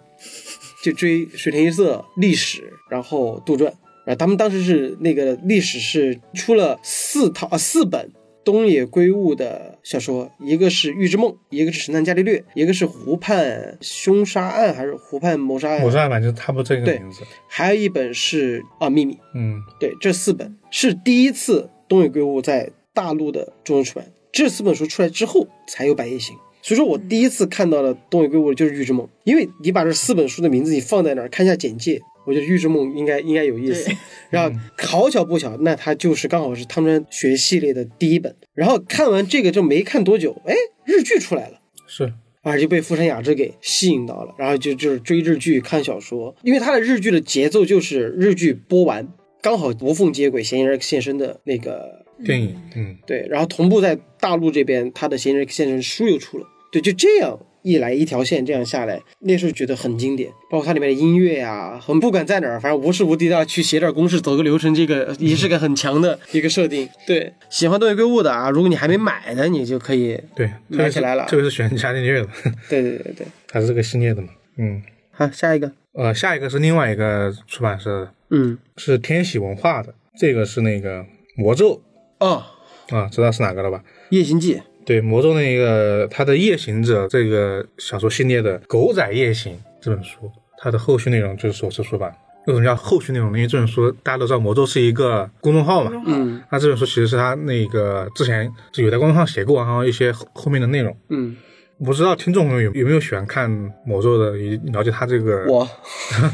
就追水田一色历史，然后杜撰。然后他们当时是那个历史是出了四套啊四本东野圭吾的小说，一个是《预知梦》，一个是《神探伽利略》，一个是《湖畔凶杀案》还是《湖畔谋杀案我》，说反正差不多这个嗯对名字，还有一本是啊《秘密》。嗯对，这四本是第一次东野圭吾在大陆的中文出版。这四本书出来之后，才有《百夜行》。所以说我第一次看到的东野圭吾就是《预知梦》，因为你把这四本书的名字你放在那儿，看一下简介，我觉得《预知梦》应该应该有意思对。然后好巧不巧，那它就是刚好是汤川学系列的第一本。然后看完这个就没看多久，哎，日剧出来了。是，而就被富山雅治给吸引到了，然后就就是追日剧、看小说，因为他的日剧的节奏就是日剧播完，刚好无缝接轨嫌疑人现身的那个电影，嗯，对，然后同步在大陆这边，它的嫌疑人现身书又出了，对，就这样一来一条线，这样下来，那时候觉得很经典，包括它里面的音乐呀、很不管在哪儿，反正无时无地都要去写点公式，走个流程，这个仪式感很强的一个设定。对，喜欢东野圭吾的啊，如果你还没买呢，你就可以，对，特买别起是来了特别是选嘉定乐的，对对对对， (laughs) 它是这个系列的嘛，嗯，好，下一个，呃，下一个是另外一个出版社的，嗯，是天喜文化的，这个是那个魔咒哦，啊，知道是哪个了吧？ 《夜行记》，对，魔咒那个他的《夜行者》这个小说系列的《狗仔夜行》这本书，它的后续内容就是首次出版。为什么叫后续内容呢？因为这本书大家都知道，魔咒是一个公众号嘛，嗯那这本书其实是他那个之前就有在公众号写过，然后一些后后面的内容。嗯，不知道听众朋友有有没有喜欢看魔咒的，以了解他这个，我 (laughs)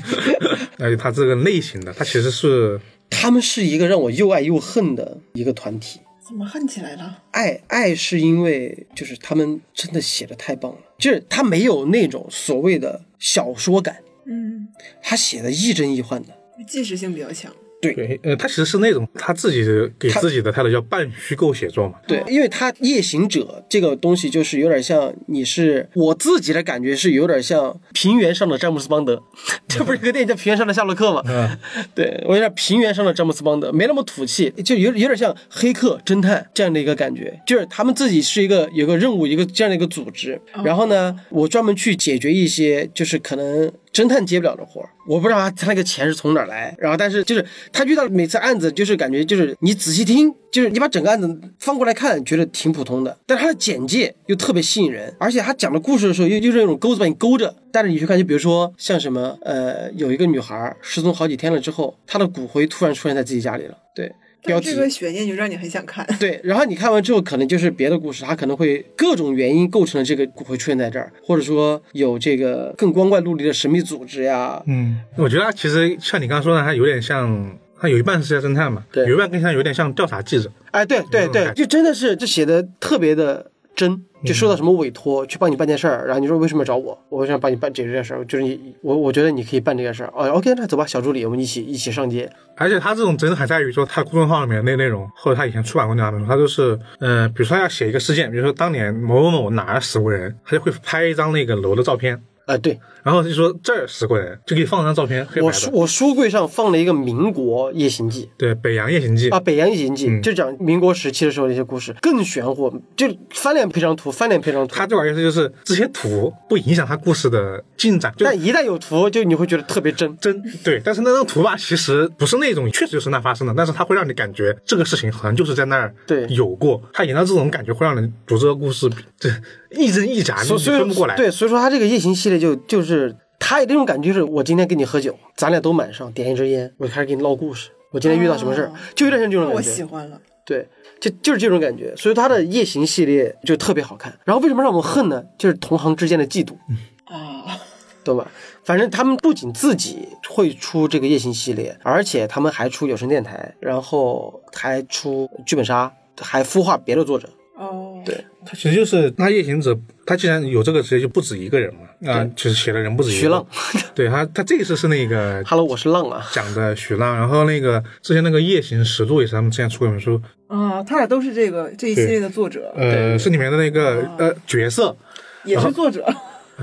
了解他这个类型的，他其实是他们是一个让我又爱又恨的一个团体。怎么恨起来了？爱爱是因为就是他们真的写的太棒了，就是他没有那种所谓的小说感，嗯，他写的亦真亦幻的。即时性比较强。对，呃，他其实是那种他自己的给他自己的态度叫半虚构写作嘛。对，因为他《夜行者》这个东西就是有点像，你是我自己的感觉是有点像平原上的詹姆斯邦德， (laughs) 这不是一个电影叫《平原上的夏洛克》吗？嗯， (laughs) 对我有点平原上的詹姆斯邦德，没那么土气，就有有点像黑客侦探这样的一个感觉，就是他们自己是一个有个任务，一个这样的一个组织，然后呢，我专门去解决一些就是可能。侦探接不了的活儿，我不知道他他那个钱是从哪儿来。然后，但是就是他遇到每次案子，就是感觉就是你仔细听，就是你把整个案子翻过来看，觉得挺普通的，但是他的简介又特别吸引人，而且他讲的故事的时候又又是那种钩子把你勾着，但是你去看，就比如说像什么呃，有一个女孩失踪好几天了之后，她的骨灰突然出现在自己家里了，对，标但题这个悬念就让你很想看。对，然后你看完之后，可能就是别的故事，它可能会各种原因构成了这个骨灰出现在这儿，或者说有这个更光怪陆离的神秘组织呀，嗯，我觉得他其实像你刚刚说的，他有点像，他有一半是私家侦探嘛，对有一半更像有点像调查记者。哎，对对有这种对感，觉就真的是这写的特别的真。就嗯受到什么委托去帮你办件事儿，然后你说为什么要找我？我想帮你办解决这事儿，就是你我我觉得你可以办这件事儿。哦，OK，那走吧，小助理，我们一起一起上街。而且他这种真的还在于说，他公众号里面的那内容，或者他以前出版过那样的内容，他就是，呃，比如说他要写一个事件，比如说当年某某某哪儿死过人，他就会拍一张那个楼的照片，啊、对，然后就说这儿死过人，就可以放张照片，黑白我书的。我书柜上放了一个《民国夜行记对，《北洋夜行记》》啊，《北洋夜行记》嗯就讲民国时期的时候的一些故事，更玄乎，就翻脸配张图，翻脸配张图。他这玩意儿就是这些图不影响他故事的进展，就但一旦有图，就你会觉得特别真。真对，但是那张图吧，其实不是那种确实就是那发生的，但是它会让你感觉这个事情好像就是在那儿对有过，它营造这种感觉，会让人读这个故事这亦真亦假，所你以所以分不过来。对，所以说他这个夜行系列就就是他有那种感觉，就是我今天跟你喝酒，咱俩都满上，点一支烟，我就开始给你唠故事。我今天遇到什么事儿哦，就有点像这那种感觉。 (laughs) 我喜欢了，对，就就是这种感觉，所以他的夜行系列就特别好看。然后为什么让我们恨呢？就是同行之间的嫉妒。嗯啊，懂吧？反正他们不仅自己会出这个夜行系列，而且他们还出有声电台，然后还出剧本杀，还孵化别的作者。哦，对，它其实就是那夜行者，他既然有这个职业，就不止一个人嘛。啊、对其实写的人不止一个。徐浪，对他，他这一次是 (laughs) 那个 Hello，我是浪啊。讲的徐浪，然后那个之前那个夜行实录也是他们之前出过一本书，啊，他俩都是这个这一系列的作者，呃，是里面的那个呃角色，也是作者，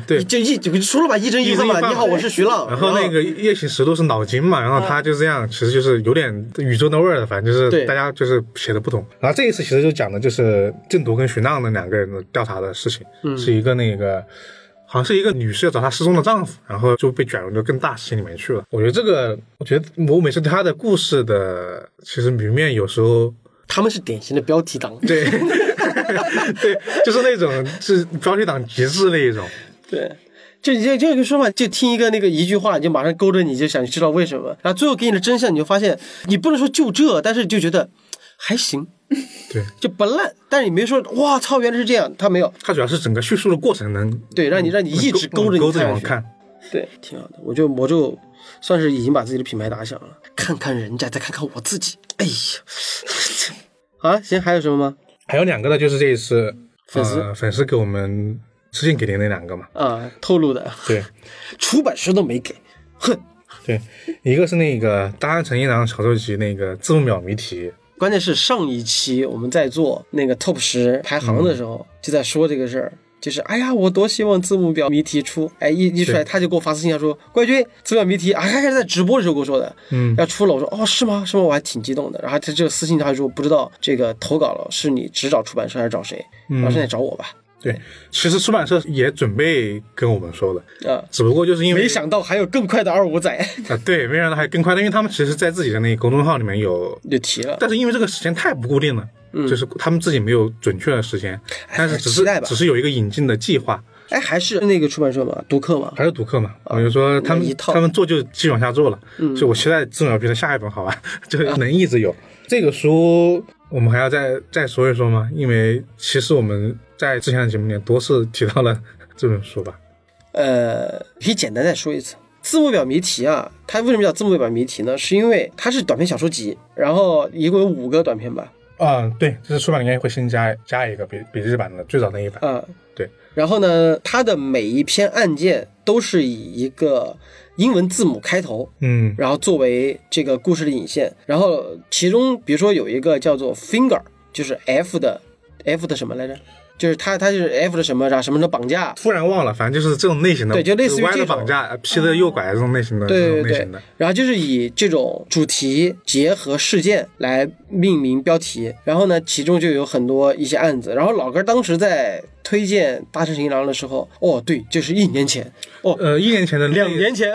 对，就一就说了吧，一真一幻一真一嘛。幻你好，我是徐浪。然后那个夜行实录是脑筋嘛，然后他就这样，其实就是有点宇宙的味儿了，反正就对是大家就是写的不同。然后这一次其实就讲的就是郑铎跟徐浪的两个人的调查的事情，是一个那个。好像是一个女士要找她失踪的丈夫，然后就被卷入到更大事情里面去了。我觉得这个，我觉得我每次对她的故事的其实明面有时候他们是典型的标题党。 (laughs) 对对，就是那种是标题党极致那一种。对，就就就有一个说法，就听一个那个一句话，你就马上勾着你就想知道为什么，然后最后给你的真相，你就发现你不能说就这，但是就觉得还行，对，就不烂，但是你没说哇操，原来是这样，他没有。它主要是整个叙述的过程能嗯对，让你让你一直勾着你勾着你下往去，看。对，挺好的。我觉得魔咒算是已经把自己的品牌打响了，看看人家，再看看我自己。哎呀，好了，行，还有什么吗？还有两个呢，就是这一次粉丝呃、粉丝给我们私信给的那两个嘛，啊，透露的，对出版社都没给，哼，对，一个是那个大安城一郎小说集那个字母秒谜题，关键是上一期我们在做那个 top 十排行的时候，就在说这个事儿。就是哎呀，我多希望字母表谜题出，哎一一出来对他就给我发私信，他说冠军字母表谜题啊，还是在直播的时候跟我说的，嗯要出了，我说哦是吗是吗，我还挺激动的。然后他这个私信他还说不知道这个投稿了是你只找出版社还是找谁，然后现在找我吧，对，其实出版社也准备跟我们说的，啊、只不过就是因为没想到还有更快的二五仔 (laughs) 啊，对，没想到还更快，因为他们其实在自己的那个公众号里面有，就提了，但是因为这个时间太不固定了，就是他们自己没有准确的时间，但是嗯哎期只是待吧只是有一个引进的计划，哎还是那个出版社嘛，读客嘛，还是读客嘛，我就说他那哦一们套嗯他们做就继续往下做了，所以我期待自秒变的下一本好吧， (laughs) 就啊能一直有这个书，我们还要再再说一说吗？因为其实我们在之前的节目里面多次提到了 (laughs) 这本书吧，呃，可以简单再说一次。字幕表谜题啊，它为什么叫字幕表谜题呢？是因为它是短篇小说集，然后一共有五个短篇吧，嗯，对，这是出版应该会新加加一个比比日版的最早那一版，啊、对。然后呢，它的每一篇案件都是以一个英文字母开头，嗯然后作为这个故事的引线。然后其中，比如说有一个叫做 finger，就是 F 的 F 的什么来着？就是它它就是 F 的什么啥什么的绑架，突然忘了，反正就是这种类型的，对就类似于歪这的种哦绑架、呃劈的右拐这种类型的，这对种类对型的对，，然后就是以这种主题结合事件来命名标题，然后呢，其中就有很多一些案子。然后老哥当时在推荐《大城行狼》的时候，哦，对，就是一年前，哦，呃，一年前的那两年，前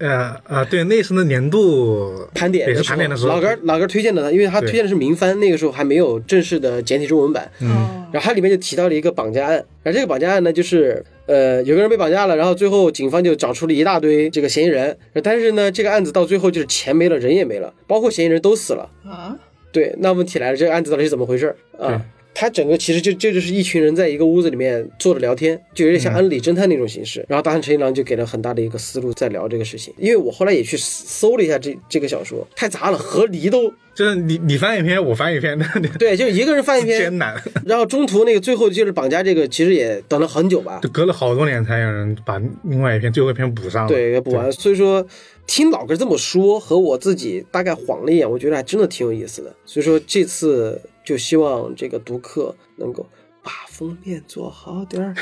呃啊，对，那次的年度盘点也的是时候盘点的时候，老哥老哥推荐的呢，因为他对嗯推荐的是民番，那个时候还没有正式的简体中文版， (laughs) 哦，然后它里面就提到了一个绑架案，然后这个绑架案呢，就是呃有个人被绑架了，然后最后警方就找出了一大堆这个嫌疑人，但是呢这个案子到最后就是钱没了，人也没了，包括嫌疑人都死了。啊，对，那问题来了，这个案子到底是怎么回事儿对啊？他整个其实就这就是一群人在一个屋子里面坐着聊天，就有点像安理侦探那种形式。然后大汉陈一郎就给了很大的一个思路在聊这个事情，因为我后来也去搜了一下这这个小说，太杂了，和离都就是你你翻一篇，我翻一篇， (laughs) 那对，就一个人翻一篇艰，难，然后中途那个最后就是绑架这个，其实也等了很久吧，就隔了好多年才有人把另外一篇最后一篇补上了，对，也补完。所以说，听老哥这么说和我自己大概晃了一眼，我觉得还真的挺有意思的。所以说这次就希望这个读客能够把封面做好点儿。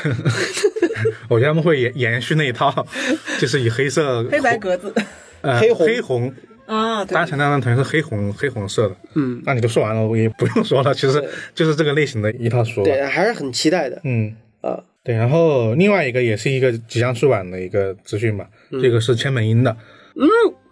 我觉得他们会延延续那一套，就是以黑色、黑 (laughs) 白格子呃黑红黑红 (laughs) 啊，对搭，乘那张团是黑红黑红色的，嗯，那你都说完了，我也不用说了，其实就是这个类型的一套书，对，还是很期待的嗯。啊。对，然后另外一个也是一个即将出版的一个资讯嘛，这个是千本樱的，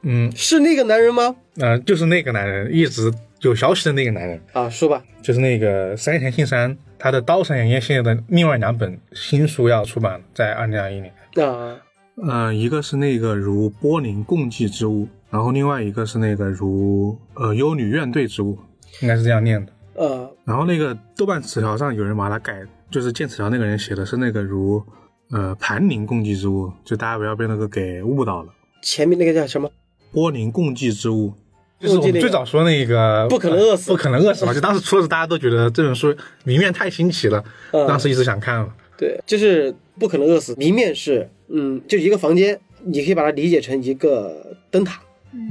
嗯是那个男人吗？呃，就是那个男人一直有消息的那个男人，啊，说吧。就是那个山田信三，他的《刀山盐业》系列的另外两本新书要出版，在二零二一年。啊，呃，一个是那个如波林共济之物，然后另外一个是那个如呃幽女怨队之物，应该是这样念的。呃，然后那个豆瓣词条上有人把它改，就是剑齿条那个人写的是那个如呃盘宁共济之物，就大家不要被那个给误导了。前面那个叫什么？波林共济之物，就是共我济那个们最早说那个不可能饿死不可能饿死嘛，就当时出的时候大家都觉得这本书明面太新奇了，嗯当时一直想看嘛。对，就是不可能饿死。谜面是，嗯，就一个房间，你可以把它理解成一个灯塔。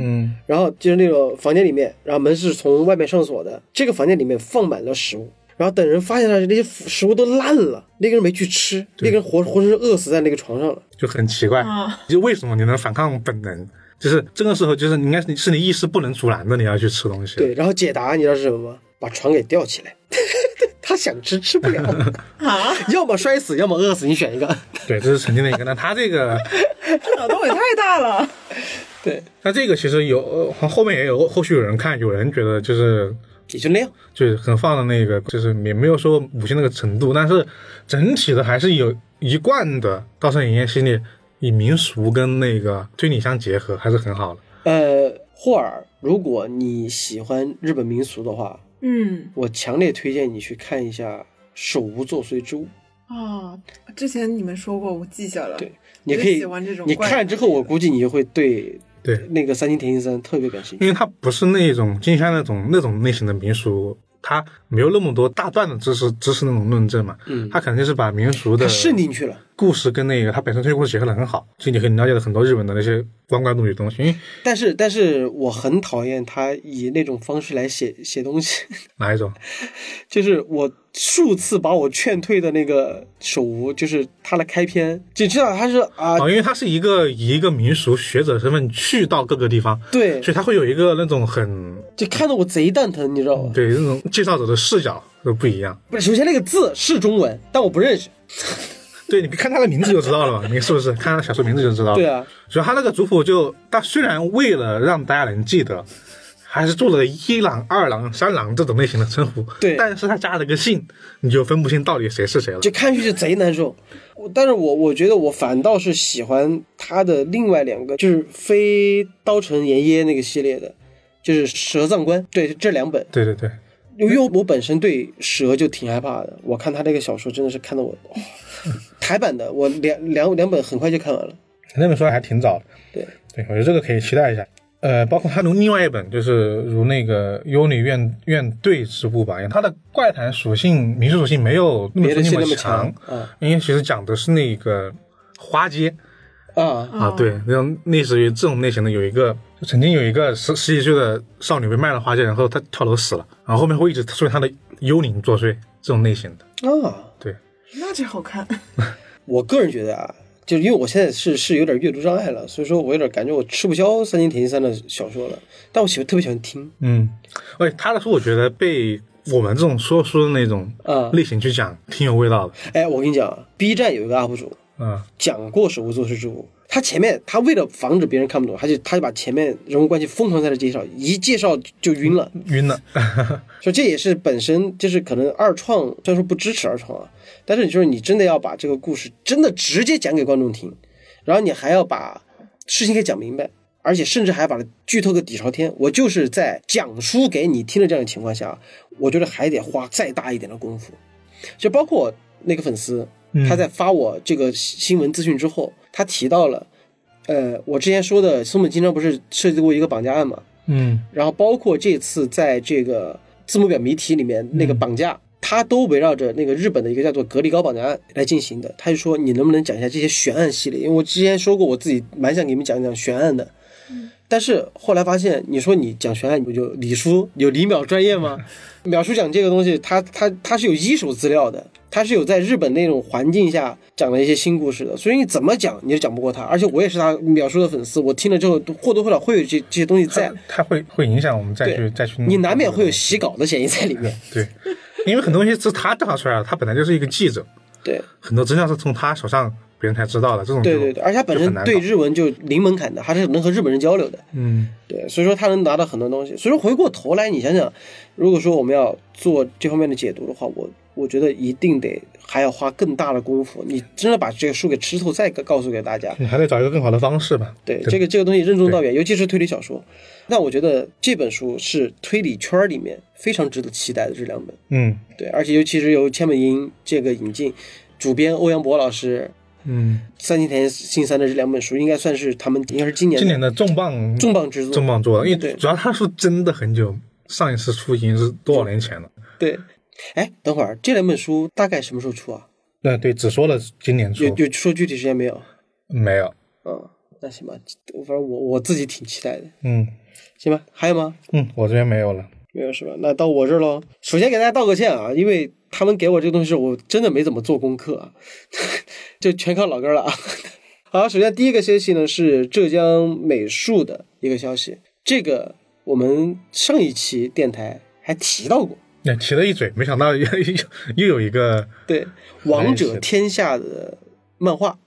嗯，然后就是那种房间里面，然后门是从外面上锁的，这个房间里面放满了食物，然后等人发现了那些食物都烂了，那个人没去吃，那个人活活生生饿死在那个床上了。就很奇怪，啊就为什么你能反抗本能？就是这个时候，就是你应该是你是你意识不能阻拦的，你要去吃东西。对，然后解答你知道是什么吗？把床给吊起来。 (laughs) 他想吃吃 (laughs) 不了，啊， (laughs) 要么摔死，要么饿死，你选一个。对，这是曾经的一个。那他这个， (laughs) 这脑洞也太大了， (laughs) 对，那这个其实有呃后后面也有后续有人看，有人觉得就是也就那样。就是很放的那个，就是也没有说母亲那个程度，但是整体的还是有一贯的《稻盛影业》系列以民俗跟那个推理相结合，还是很好的。呃，霍尔，如果你喜欢日本民俗的话， (laughs) 嗯我强烈推荐你去看一下《手无作祟之物》。啊，之前你们说过，我记下了，对，你可以喜欢这种你怪看之后，我估计你就会对对那个三星田一三特别感兴趣。因为它不是那种金山那种那种类型的民俗，它没有那么多大段的知识知识那种论证嘛，嗯它肯定是把民俗他的渗进去了，故事跟那个它本身这个故事结合的很好，其实你可以了解到很多日本的那些关关路里的东西。因为但是，但是我很讨厌他以那种方式来写写东西， (laughs) 哪一种？就是我数次把我劝退的那个手无，就是他的开篇，就知道他是啊，啊，因为他是一个以一个民俗学者身份去到各个地方，对，所以他会有一个那种很就看得我贼蛋疼，你知道吗？对那种介绍者的视角都不一样。不是，首先那个字是中文，但我不认识。对，你看他的名字就知道了 (laughs) 嘛，你是不是看他小说名字就知道了？对啊，主要他那个族谱就，他虽然为了让大家能记得，还是做了一郎、二郎、三郎这种类型的称呼，对但是他加了个姓，你就分不清到底谁是谁了。就看上去就贼难受。我但是我我觉得我反倒是喜欢他的另外两个，就是非刀城盐耶那个系列的，就是蛇藏官，对这两本，对对对，因为我本身对蛇就挺害怕的。我看他那个小说真的是看得我， (laughs) 哇台版的我两两两本很快就看完了。那本书还挺早的，对，对我觉得这个可以期待一下。呃，包括他如另外一本就是如那个《幽女院院队之部》吧，他的怪谈属性、民俗属性没有那么别的说戏那那么强强，啊因为其实讲的是那个花街。啊，啊，对，那种类似于这种类型的，有一个就曾经有一个十十几岁的少女被卖了花街，然后她跳楼死了，然后后面会一直出现她的幽灵作祟这种类型的。啊，对，那这好看，我个人觉得啊，就是因为我现在是是有点阅读障碍了，所以说我有点感觉我吃不消三井铁一三的小说了。但我喜欢特别喜欢听嗯，而且她的书我觉得被我们这种说书的那种啊。类型去讲，挺有味道的。哎，我跟你讲啊，B 站有一个 UP 主嗯，讲过手无作事之物，他前面他为了防止别人看不懂，他就他就把前面人物关系疯狂在这介绍，一介绍就晕了。晕了。所以这也是本身就是可能二创，虽然说不支持二创啊，但是你就是你真的要把这个故事真的直接讲给观众听，然后你还要把事情给讲明白，而且甚至还把它剧透个底朝天。我就是在讲述给你听的这样的情况下，我觉得还得花再大一点的功夫。就包括那个粉丝，嗯他在发我这个新闻资讯之后，他提到了，呃，我之前说的松本清张不是涉及过一个绑架案嘛，嗯，然后包括这次在这个字母表谜题里面那个绑架，它都围绕着那个日本的一个叫做格力高绑架案来进行的。他就说你能不能讲一下这些悬案系列？因为我之前说过我自己蛮想给你们讲一讲悬案的。但是后来发现，你说你讲悬案，你不就李叔有李淼专业吗？淼叔讲这个东西，他他他是有一手资料的，他是有在日本那种环境下讲了一些新故事的，所以你怎么讲你就讲不过他。而且我也是他淼叔的粉丝，我听了之后或多或少会有这这些东西在它。它会会影响我们再去对再去。你难免会有洗稿的嫌疑在里 (laughs) 面。对，因为很多东西是他调查出来的，他本来就是一个记者，对很多真相是从他手上别人才知道的。这种对就对对，而且他本身对日文就零门槛的，他是能和日本人交流的。嗯。对，所以说他能拿到很多东西。所以说回过头来，你想想，如果说我们要做这方面的解读的话，我我觉得一定得还要花更大的功夫。你真的把这个书给吃透，再告诉给大家。你还得找一个更好的方式吧。对这个这个东西任重道远，尤其是推理小说。那我觉得这本书是推理圈儿里面非常值得期待的这两本。嗯对，而且尤其是由千本樱这个引进，主编欧阳博老师嗯，三井田新三的这两本书，应该算是他们应该是今年今年的重磅重磅之作重。磅做的，因为对主要他是真的很久，上一次出已经是多少年前了。对，哎，等会儿这两本书大概什么时候出啊？那对，只说了今年出有，有说具体时间没有？没有。嗯，那行吧，反正我我自己挺期待的，嗯行吧？还有吗？嗯，我这边没有了。没有是吧？那到我这儿喽。首先给大家道个歉啊，因为他们给我这个东西，我真的没怎么做功课啊， (laughs) 就全靠老哥了啊。 (laughs) 好，首先第一个消息呢是浙江美术的一个消息，这个我们上一期电台还提到过，那提了一嘴，没想到 (laughs) 又又又有一个对《王者天下》的漫画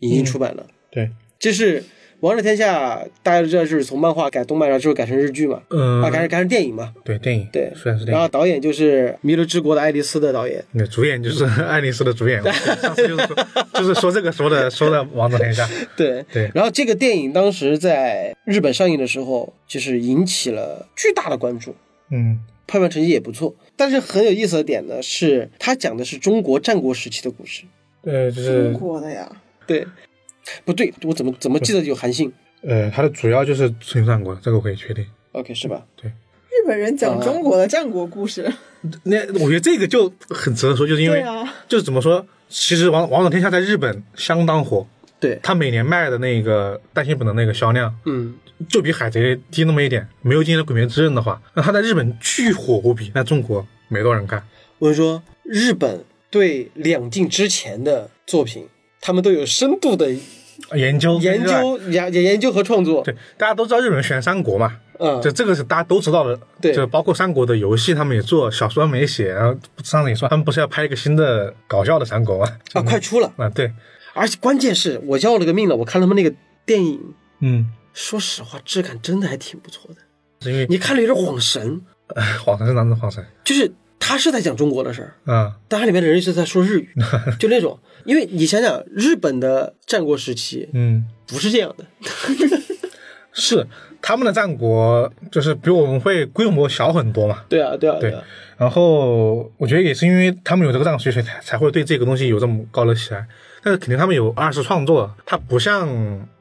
已经出版了，对，这是《王者天下》，大家都知道是从漫画改动漫，然后之后改成日剧嘛，嗯啊，改成改成电影嘛，对电影，对虽然是电然后影，导演就是《弥留之国的爱丽丝》的导演。那主演就是 (laughs) 爱丽丝的主演，我上次就是说 (laughs) 就是说这个说的 (laughs) 说的王者天下， (laughs) 对对然后这个电影当时在日本上映的时候，就是引起了巨大的关注，嗯拍卖成绩也不错。但是很有意思的点呢，是它讲的是中国战国时期的故事。呃就中是国的呀，对，不对，我怎么怎么记得有韩信呃它的主要就是春秋战国，这个我可以确定。 ？OK，是吧？日本人讲中国的战国故事，那我觉得这个就很值得说，就是因为对啊，就是怎么说，其实王《王者天下》在日本相当火，对，它每年卖的那个单行本的那个销量，嗯，就比《海贼》低那么一点。没有今年的《鬼灭之刃》的话，那它在日本巨火无比，在中国没多少人看。我跟你说，日本对两晋之前的作品，他们都有深度的研究研热爱究、研研究和创作。对，大家都知道日本人喜欢三国嘛，嗯，这这个是大家都知道的，对就包括三国的游戏，他们也做，小说他们也写，然后上次也说他们不是要拍一个新的搞笑的三国吗？啊， (laughs) 快出了！啊，对，而且关键是我要了个命了，我看他们那个电影，嗯，说实话，质感真的还挺不错的。是因为你看了有点恍神，晃神是哪种晃神就是他是在讲中国的事儿，啊？但它里面的人是在说日语，就那种，因为你想想，日本的战国时期嗯，不是这样的，是他们的战国就是比我们会规模小很多嘛。对啊，对啊，对啊，然后我觉得也是因为他们有这个战术，所以才才会对这个东西有这么高的喜爱。但是肯定他们有二次创作，它不像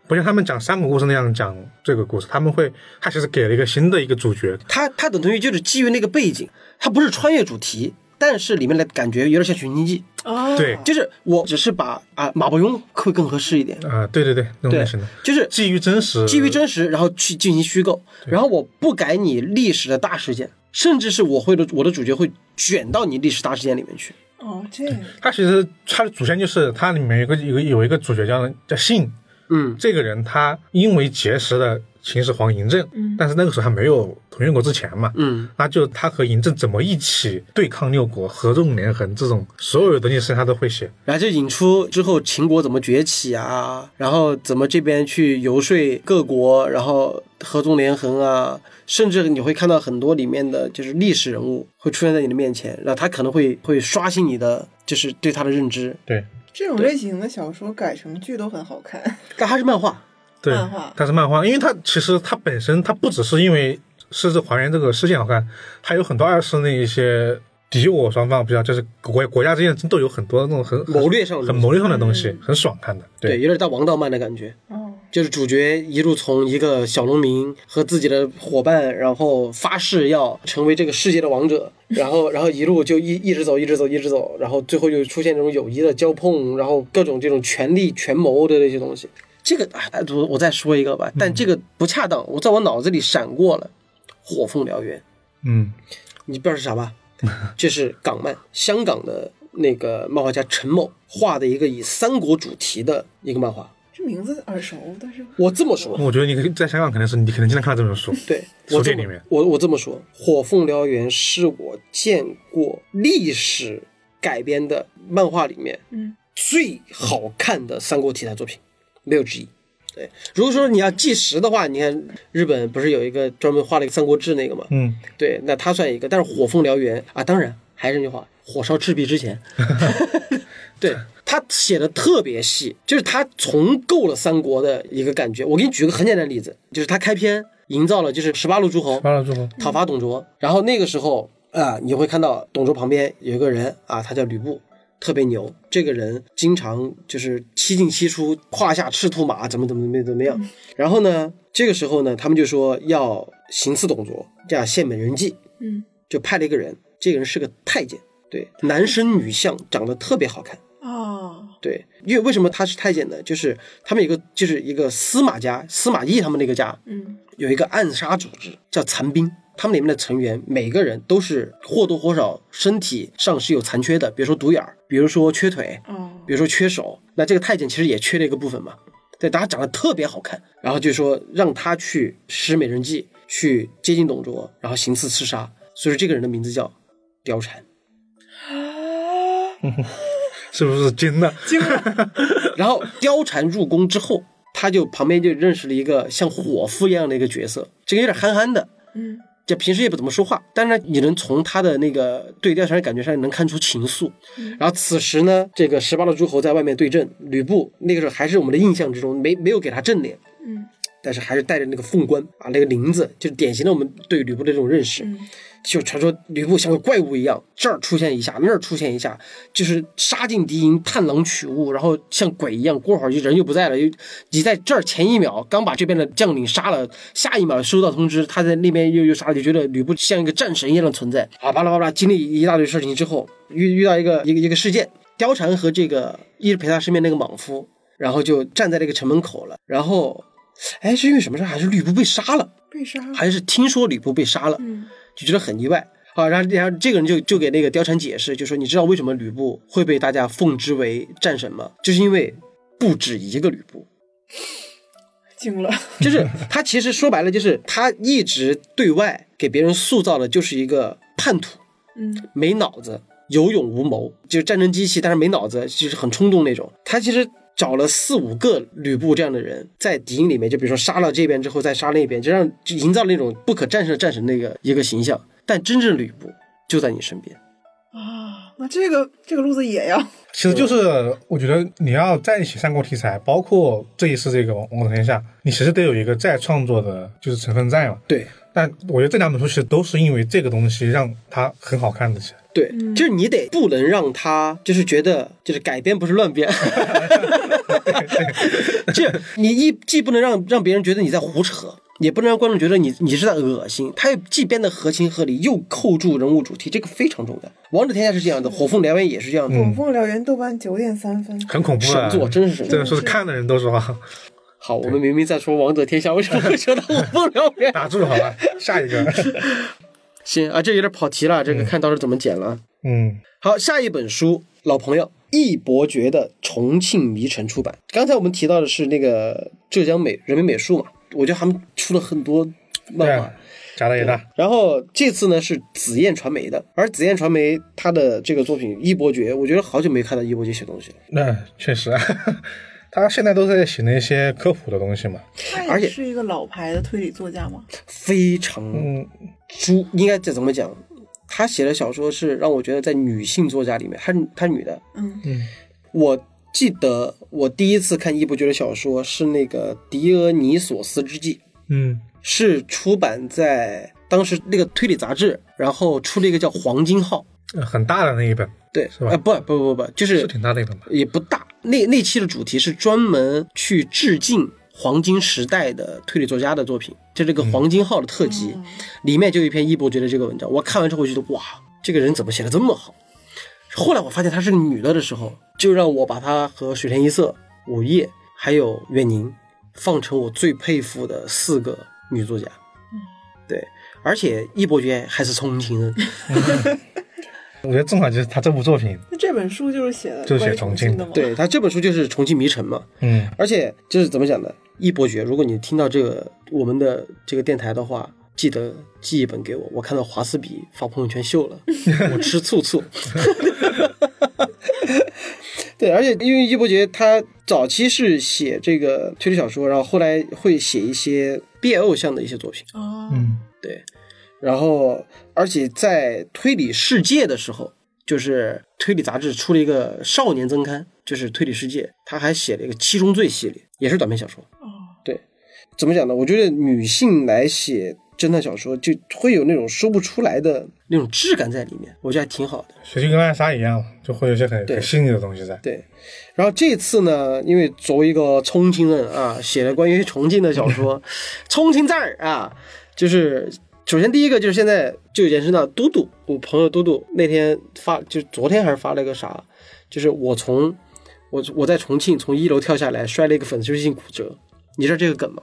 不像他们讲三国故事那样讲这个故事，他们会他其实给了一个新的一个主角，它它等同于就是基于那个背景，它不是穿越主题，但是里面的感觉有点像寻秦记，啊，对，就是我只是把啊马伯庸会更合适一点，啊、对对对，那种对类型的，，就是基于真实，基于真实，然后去进行虚构，然后我不改你历史的大事件，甚至是我会的我的主角会卷到你历史大事件里面去，哦，这样它其实它的主线就是它里面有一个有一个有一个主角叫叫信，嗯，这个人他因为结识了秦始皇嬴政，但是那个时候还没有同源国之前嘛，嗯，那就他和嬴政怎么一起对抗六国、合纵连横这种所有的东西，他都会写。然后就引出之后秦国怎么崛起啊，然后怎么这边去游说各国，然后合纵连横啊，甚至你会看到很多里面的就是历史人物会出现在你的面前，然后他可能会会刷新你的就是对他的认知。对这种类型的小说改成剧都很好看。但他是漫画，对漫画，它是漫画，因为它其实它本身它不只是因为是这还原这个事件好看，还有很多二是那一些。敌我双方比较就是国国家之间都有很多那种很很谋略上的很东西嗯谋略上的东西，很爽看的。对，有点到王道漫的感觉。哦，就是主角一路从一个小农民和自己的伙伴，然后发誓要成为这个世界的王者，然后 (laughs) 然后一路就一一直走，一直走，一直走，然后最后又出现这种友谊的交碰，然后各种这种权力权谋的那些东西。这个哎，我我再说一个吧，但这个不恰当，我在我脑子里闪过了《火凤燎原》，嗯，你不知道是啥吧？这是港漫，香港的那个漫画家陈某画的一个以三国主题的一个漫画。 (laughs) 这名字耳熟，但是我这么说，我觉得你在香港肯定是你肯定经常看到这本书。对，书我这店么里面我我这么说，《火凤燎原》是我见过历史改编的漫画里面，嗯，最好看的三国题材作品，没有之一。对，如果说你要计时的话，你看日本不是有一个专门画了一个《三国志》那个嘛？嗯，对，那它算一个，但是《火凤燎原》啊，当然还是那句话，火烧赤壁之 (laughs) 前，对他写的特别细，就是他重构了三国的一个感觉。我给你举个很简单的例子，就是他开篇营造了就是十八路诸侯完了之后，讨伐董卓，然后那个时候啊、你会看到董卓旁边有一个人啊，他叫吕布。特别牛，这个人经常就是七进七出，胯下赤兔马，怎么怎么怎么怎么样。然后呢，这个时候呢，他们就说要行刺董卓，要献美人计。嗯就派了一个人，这个人是个太监，对，男生女相，长得特别好看。啊，对，因为为什么他是太监呢？就是他们有一个就是一个司马家，司马懿他们那个家嗯有一个暗杀组织叫残兵，他们里面的成员每个人都是或多或少身体上是有残缺的，比如说独眼儿，比如说缺腿，哦，比如说缺手，那这个太监其实也缺了一个部分嘛。对，大家长得特别好看，然后就说让他去施美人计，去接近董卓，然后行刺刺杀。所以说这个人的名字叫貂蝉。是不是 (laughs) 惊的？ (laughs) 惊了，然后貂蝉入宫之后，他就旁边就认识了一个像伙夫一样的一个角色，这个有点憨憨的，嗯，就平时也不怎么说话，但是呢你能从他的那个对貂蝉的感觉上能看出情愫。嗯然后此时呢，这个十八路诸侯在外面对阵，吕布那个时候还是我们的印象之中没没有给他正脸，嗯，但是还是带着那个凤冠啊，那个翎子，就是典型的我们对吕布的这种认识。嗯就传说吕布像个怪物一样，这儿出现一下，那儿出现一下，就是杀尽敌营，探囊取物，然后像鬼一样，过会儿就人就不在了。又你在这儿前一秒刚把这边的将领杀了，下一秒收到通知，他在那边又又杀了，就觉得吕布像一个战神一样的存在啊！巴拉巴拉，经历一大堆事情之后，遇遇到一个一个一个事件，貂蝉和这个一直陪他身边那个莽夫，然后就站在这个城门口了。然后，哎，是因为什么事儿？还是吕布被杀了？被杀，还是听说吕布被杀了？嗯就觉得很意外啊。然后，然后这个人就就给那个貂蝉解释，就说你知道为什么吕布会被大家奉之为战神吗？就是因为不止一个吕布，惊了，就是他其实说白了，就是他一直对外给别人塑造的就是一个叛徒，嗯没脑子，有勇无谋，就是战争机器，但是没脑子，就是很冲动那种。他其实找了四五个吕布这样的人，在敌营里面，就比如说杀了这边之后再杀那边，就让就营造那种不可战胜的战神的一个一个形象。但真正吕布就在你身边，啊， (laughs) 那这个这个路子也要，其实就是我觉得你要再写三国题材，包括这一次这个《王者天下》，你其实得有一个再创作的，就是成分在嘛。对。但我觉得这两本书其实都是因为这个东西让它很好看的，其实对，就是你得不能让他就是觉得就是改编不是乱编，这你一既不能让让别人觉得你在胡扯，也不能让观众觉得你你是在恶心，他又既编得合情合理，又扣住人物主题，这个非常重要。王者天下是这样的，火凤燎原也是这样的。火凤燎原豆瓣九点三分，很恐怖神的。作真是神作真的是看的人都说 (laughs) 啊好，我们明明在说王者天下，为什么会说到火凤燎原？ (laughs) 打住好吧，下一个，行啊，这有点跑题了，这个看到时候怎么剪了。啊嗯，好，下一本书，老朋友易伯爵的《重庆迷城》出版。刚才我们提到的是那个浙江美人民美术嘛，我觉得他们出了很多对漫画啊。，加大也大，然后这次呢是紫燕传媒的，而紫燕传媒它的这个作品《易伯爵》，我觉得好久没看到易伯爵写东西了。那嗯确实，啊 (laughs) 他现在都在写那些科普的东西嘛。他而且也是一个老牌的推理作家嘛，非常嗯，猪，应该这怎么讲？他写的小说是让我觉得在女性作家里面，她她女的，嗯我记得我第一次看易伯爵的小说是那个《狄俄尼索斯之记》，嗯，是出版在当时那个推理杂志，然后出了一个叫《黄金号》，呃很大的那一本，对，是吧呃，不不不不，就是是挺大的一本吧？也不大。那那期的主题是专门去致敬黄金时代的推理作家的作品，就这个《黄金号》的特辑，里面就有一篇伊伯爵的这个文章。我看完之后，我觉得哇，这个人怎么写的这么好？后来我发现她是个女的的时候，就让我把她和水田一色、午夜还有远宁放成我最佩服的四个女作家。对，而且易伯爵还是重庆人，我觉得正好就是他这部作品，那这本书就是写的就是关于写重庆庆的的吗？对他这本书就是《重庆迷城》嘛，嗯，而且就是怎么讲呢？易伯爵，如果你听到这个我们的这个电台的话，记得寄一本给我。我看到华斯比发朋友圈秀 (laughs) 了，我吃醋醋。对，而且因为易伯爵他早期是写这个推理小说，然后后来会写一些 BL 向的一些作品，哦，嗯对。然后，而且在推理世界的时候，就是推理杂志出了一个少年增刊，就是推理世界，他还写了一个七宗罪系列，也是短篇小说。哦，怎么讲呢？我觉得女性来写侦探小说，就会有那种说不出来的那种质感在里面，我觉得还挺好的。学习跟暗杀一样，就会有一些很对很细腻的东西在。对，然后这次呢，因为作为一个重庆人啊，写了关于重庆的小说，重庆字儿啊，就是首先第一个就是现在就延伸到嘟嘟，我朋友嘟嘟那天发，就昨天还是发了个啥，就是我从我我在重庆从一楼跳下来，摔了一个粉碎性骨折，你知道这个梗吗？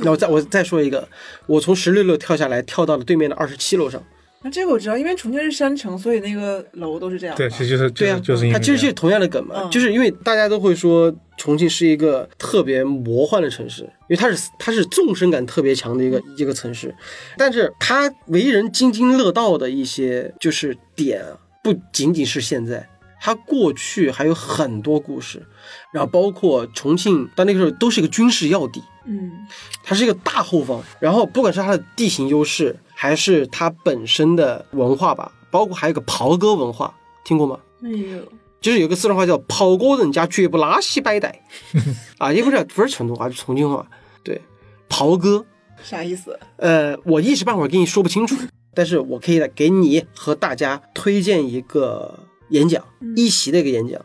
那我再我再说一个，我从十六楼跳下来，跳到了对面的二十七楼上。那这个我知道，因为重庆是山城，所以那个楼都是这样的。对，其实就是就对是、啊，就是因为它其实这是样同样的梗嘛，嗯就是因为大家都会说重庆是一个特别魔幻的城市，因为它是它是纵深感特别强的一个一个城市，但是它为人津津乐道的一些就是点啊，不仅仅是现在。它过去还有很多故事，然后包括重庆，到那个时候都是一个军事要地，嗯，它是一个大后方，然后不管是它的地形优势，还是它本身的文化吧，包括还有一个袍哥文化，听过吗？那也有就是有个四川话叫“跑过人家绝不拉稀摆带”啊，也不是不是成都话，是重庆话。对，袍哥，啥意思？呃，我一时半会儿给你说不清楚，但是我可以来给你和大家推荐一个演讲，一席的一个演讲，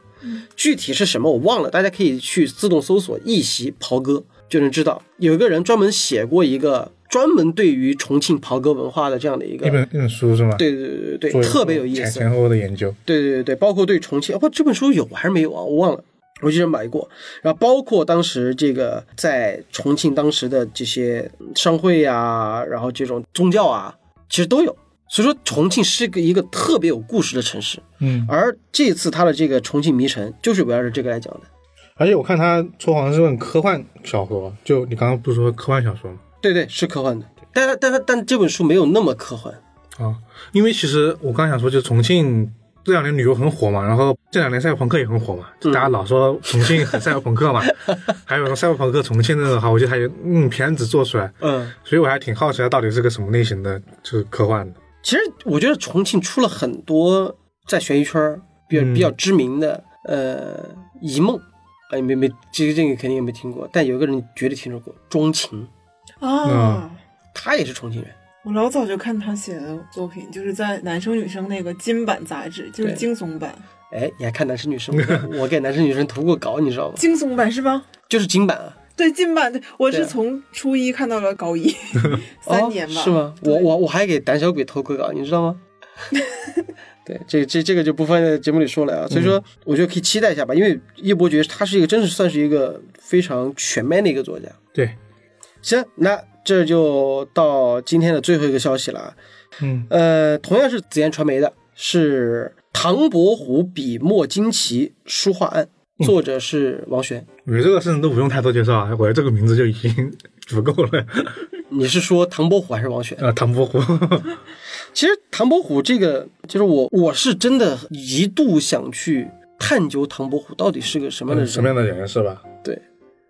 具体是什么我忘了，大家可以去自动搜索“一席袍哥”就能知道。有一个人专门写过一个专门对于重庆袍哥文化的这样的一个一本一本书是吗？呃对对对对做对，一个特别有意前思。前后后的研究。对对对对，包括对重庆，不、这本书有还是没有啊？我忘了，我记得买过。然后包括当时这个在重庆当时的这些商会啊，然后这种宗教啊，其实都有。所以说，重庆是个一个特别有故事的城市。嗯，而这次它的这个重庆迷城，就是围绕着这个来讲的。而且我看他说好像是本科幻小说，就你刚刚不是说科幻小说吗？对对，是科幻的，但是但是但这本书没有那么科幻。啊，因为其实我刚想说，就是重庆这两年旅游很火嘛，然后这两年赛博朋克也很火嘛，就嗯大家老说重庆很赛博朋 (laughs) 克嘛，还有说赛博朋克重庆那种好，我觉得还有嗯片子做出来，嗯，所以我还挺好奇它到底是个什么类型的，就是科幻的。其实我觉得重庆出了很多在悬疑圈儿比较、嗯比较知名的，呃，一梦，啊，你没没，这个这个肯定也没听过，但有一个人绝对听说过，钟情，啊啊。他也是重庆人，我老早就看他写的作品，就是在男生女生那个金版杂志，就是对惊悚版。哎，你还看男生女生吗？我给男生女生投过稿，你知道吗？惊悚版是吧？就是金版啊，对，金版，对我对是啊从初一看到了 (laughs) 高一，三年吧、哦、是吗？我我我还给胆小鬼投过稿，你知道吗？ (laughs) 对，这这这个就不放在节目里说了啊，所以说我觉得可以期待一下吧，因为叶伯爵他是一个真是算是一个非常全面的一个作家，对，行，那这就到今天的最后一个消息了啊。嗯，呃，同样是紫燕传媒的，是唐伯虎笔墨惊奇书画案，嗯作者是王璇。我觉得这个事情都不用太多介绍啊，我觉得这个名字就已经 (laughs) 足够了。你是说唐伯虎还是王璇？啊，唐伯 (laughs) 虎，其实唐伯虎这个，就是我我是真的一度想去探究唐伯虎到底是个什么样的人。嗯什么样的人是吧？ (laughs) 对，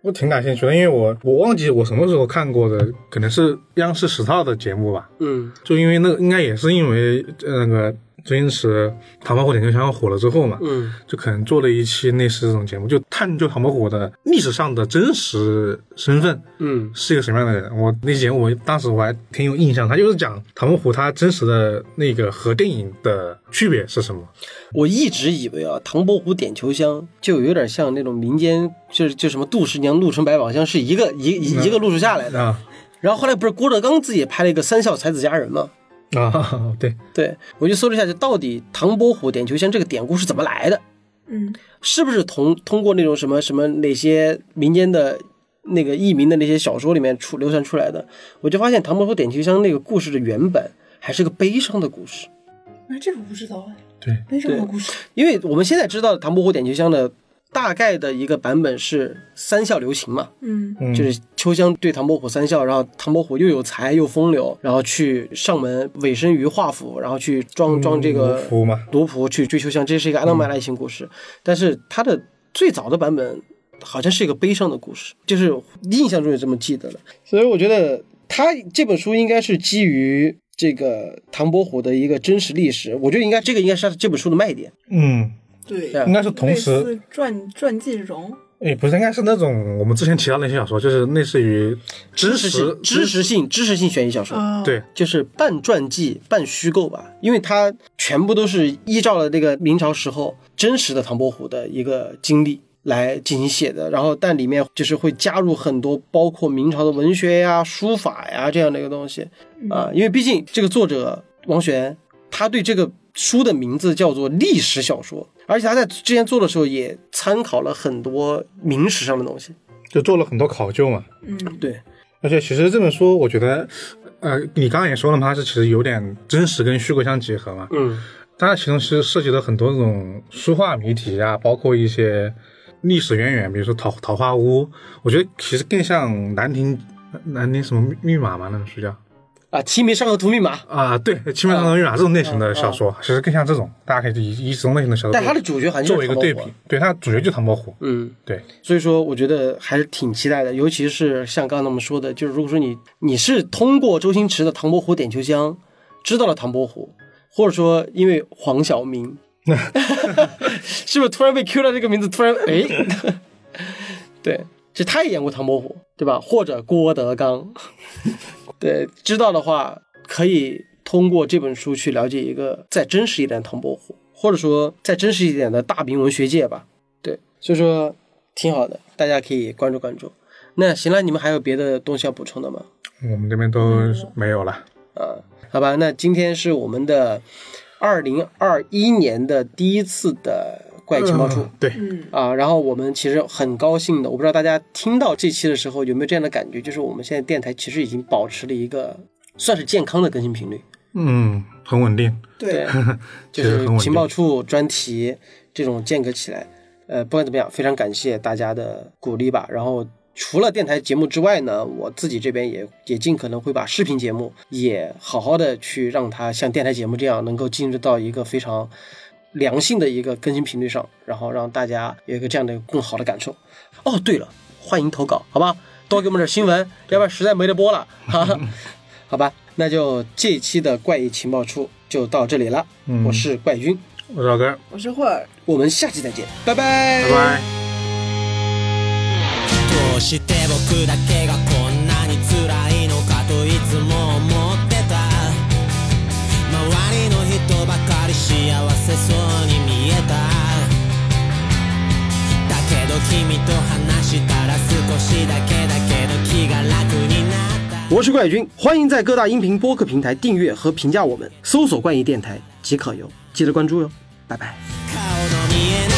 我挺感兴趣的，因为我我忘记我什么时候看过的，可能是央视十套的节目吧。嗯就因为那个应该也是因为呃那个周星驰《唐伯虎点秋香》火了之后嘛，嗯就可能做了一期类似这种节目，就探究唐伯虎的历史上的真实身份嗯是一个什么样的人。我那期节目我当时我还挺有印象，他就是讲唐伯虎他真实的那个和电影的区别是什么。我一直以为啊，唐伯虎点秋香就有点像那种民间，就是就什么杜十娘、陆城百宝箱是一个一一一个路数下来的。啊然后后来不是郭德纲自己也拍了一个《三笑才子佳人》吗？啊， (laughs) 对，对我就搜了一下，就到底唐伯虎点秋香这个典故是怎么来的？嗯，是不是同通过那种什么什么哪些民间的那个佚名的那些小说里面出流传出来的？我就发现唐伯虎点秋香那个故事的原本还是个悲伤的故事，哎，这个我不知道哎，对，没什对么故事。因为我们现在知道的唐伯虎点秋香的大概的一个版本是三笑流行嘛，嗯嗯，就是秋香对唐伯虎三笑，然后唐伯虎又有才又风流，然后去上门委身于华府，然后去装装这个服嘛，奴仆去追秋香，这是一个浪漫的爱情故事。但是它的最早的版本好像是一个悲伤的故事，就是印象中也这么记得的。所以我觉得他这本书应该是基于这个唐伯虎的一个真实历史，我觉得应该这个应该是他这本书的卖点。嗯，对，对啊应该是同时类似传传记这种，也不是，应该是那种我们之前提到的那些小说，就是类似于知知识性、识知识性、知识性悬疑小说。啊，对，就是半传记、半虚构吧，因为它全部都是依照了那个明朝时候真实的唐伯虎的一个经历来进行写的，然后但里面就是会加入很多包括明朝的文学呀、书法呀这样的一个东西啊，因为毕竟这个作者王璇，他对这个书的名字叫做历史小说，而且他在之前做的时候也参考了很多明史上的东西，就做了很多考究嘛。嗯，对，而且其实这本书，我觉得，呃，你刚刚也说了嘛，它是其实有点真实跟虚构相结合嘛。嗯当然，其中其实涉及了很多那种书画谜题啊，包括一些历史渊源，比如说桃桃花坞，我觉得其实更像兰亭兰亭什么密码嘛，那本书叫啊，《清明上河图密码》，啊，对，《清明上河图密码》这种类型的小说，其实更像这种，大家可以以以这种类型嗯的小说，但它的主角好像作就为是一个唐伯对虎比啊，，对，它主角就唐伯虎，嗯。对，所以说，我觉得还是挺期待的，尤其是像刚才我们说的，就是如果说你你是通过周星驰的《唐伯虎点秋香》知道了唐伯虎，或者说因为黄晓明，是不是突然被 Q 到这个名字，突然哎，对，其实他也演过唐伯虎，对吧？或者郭德纲， (laughs) 对，知道的话可以通过这本书去了解一个再真实一点的唐伯虎，或者说再真实一点的大明文学界吧。对，所以说挺好的，大家可以关注关注。那行了，你们还有别的东西要补充的吗？我们这边都没有了。啊，好吧，那今天是我们的二零二一年的第一次的怪情报处。嗯对，嗯，啊，然后我们其实很高兴的，我不知道大家听到这期的时候有没有这样的感觉，就是我们现在电台其实已经保持了一个算是健康的更新频率，嗯，很稳定。对 (laughs) 对，，就其实很是稳情报定处专题这种间隔起来，呃，不管怎么样，非常感谢大家的鼓励吧。然后除了电台节目之外呢，我自己这边也也尽可能会把视频节目也好好的去让它像电台节目这样，能够进入到一个非常良性的一个更新频率上，然后让大家有一个这样的更好的感受。哦，对了，欢迎投稿，好吧？多给我们点新闻，要不然实在没得播了。哈哈。好吧，那就这一期的怪异情报处就到这里了。嗯我是怪军，我是老根儿，我是霍尔。我们下期再见，拜拜拜。どうして僕だけがこんなに辛いのかといつも思ってた周りの人ばかり幸せそうに見えただけど君と話したら少しだけだけど気が楽になった我是怪军，欢迎在各大音频播客平台订阅和评价我们，搜索“怪异电台”即可哟，记得关注哟，拜拜。顔の見えない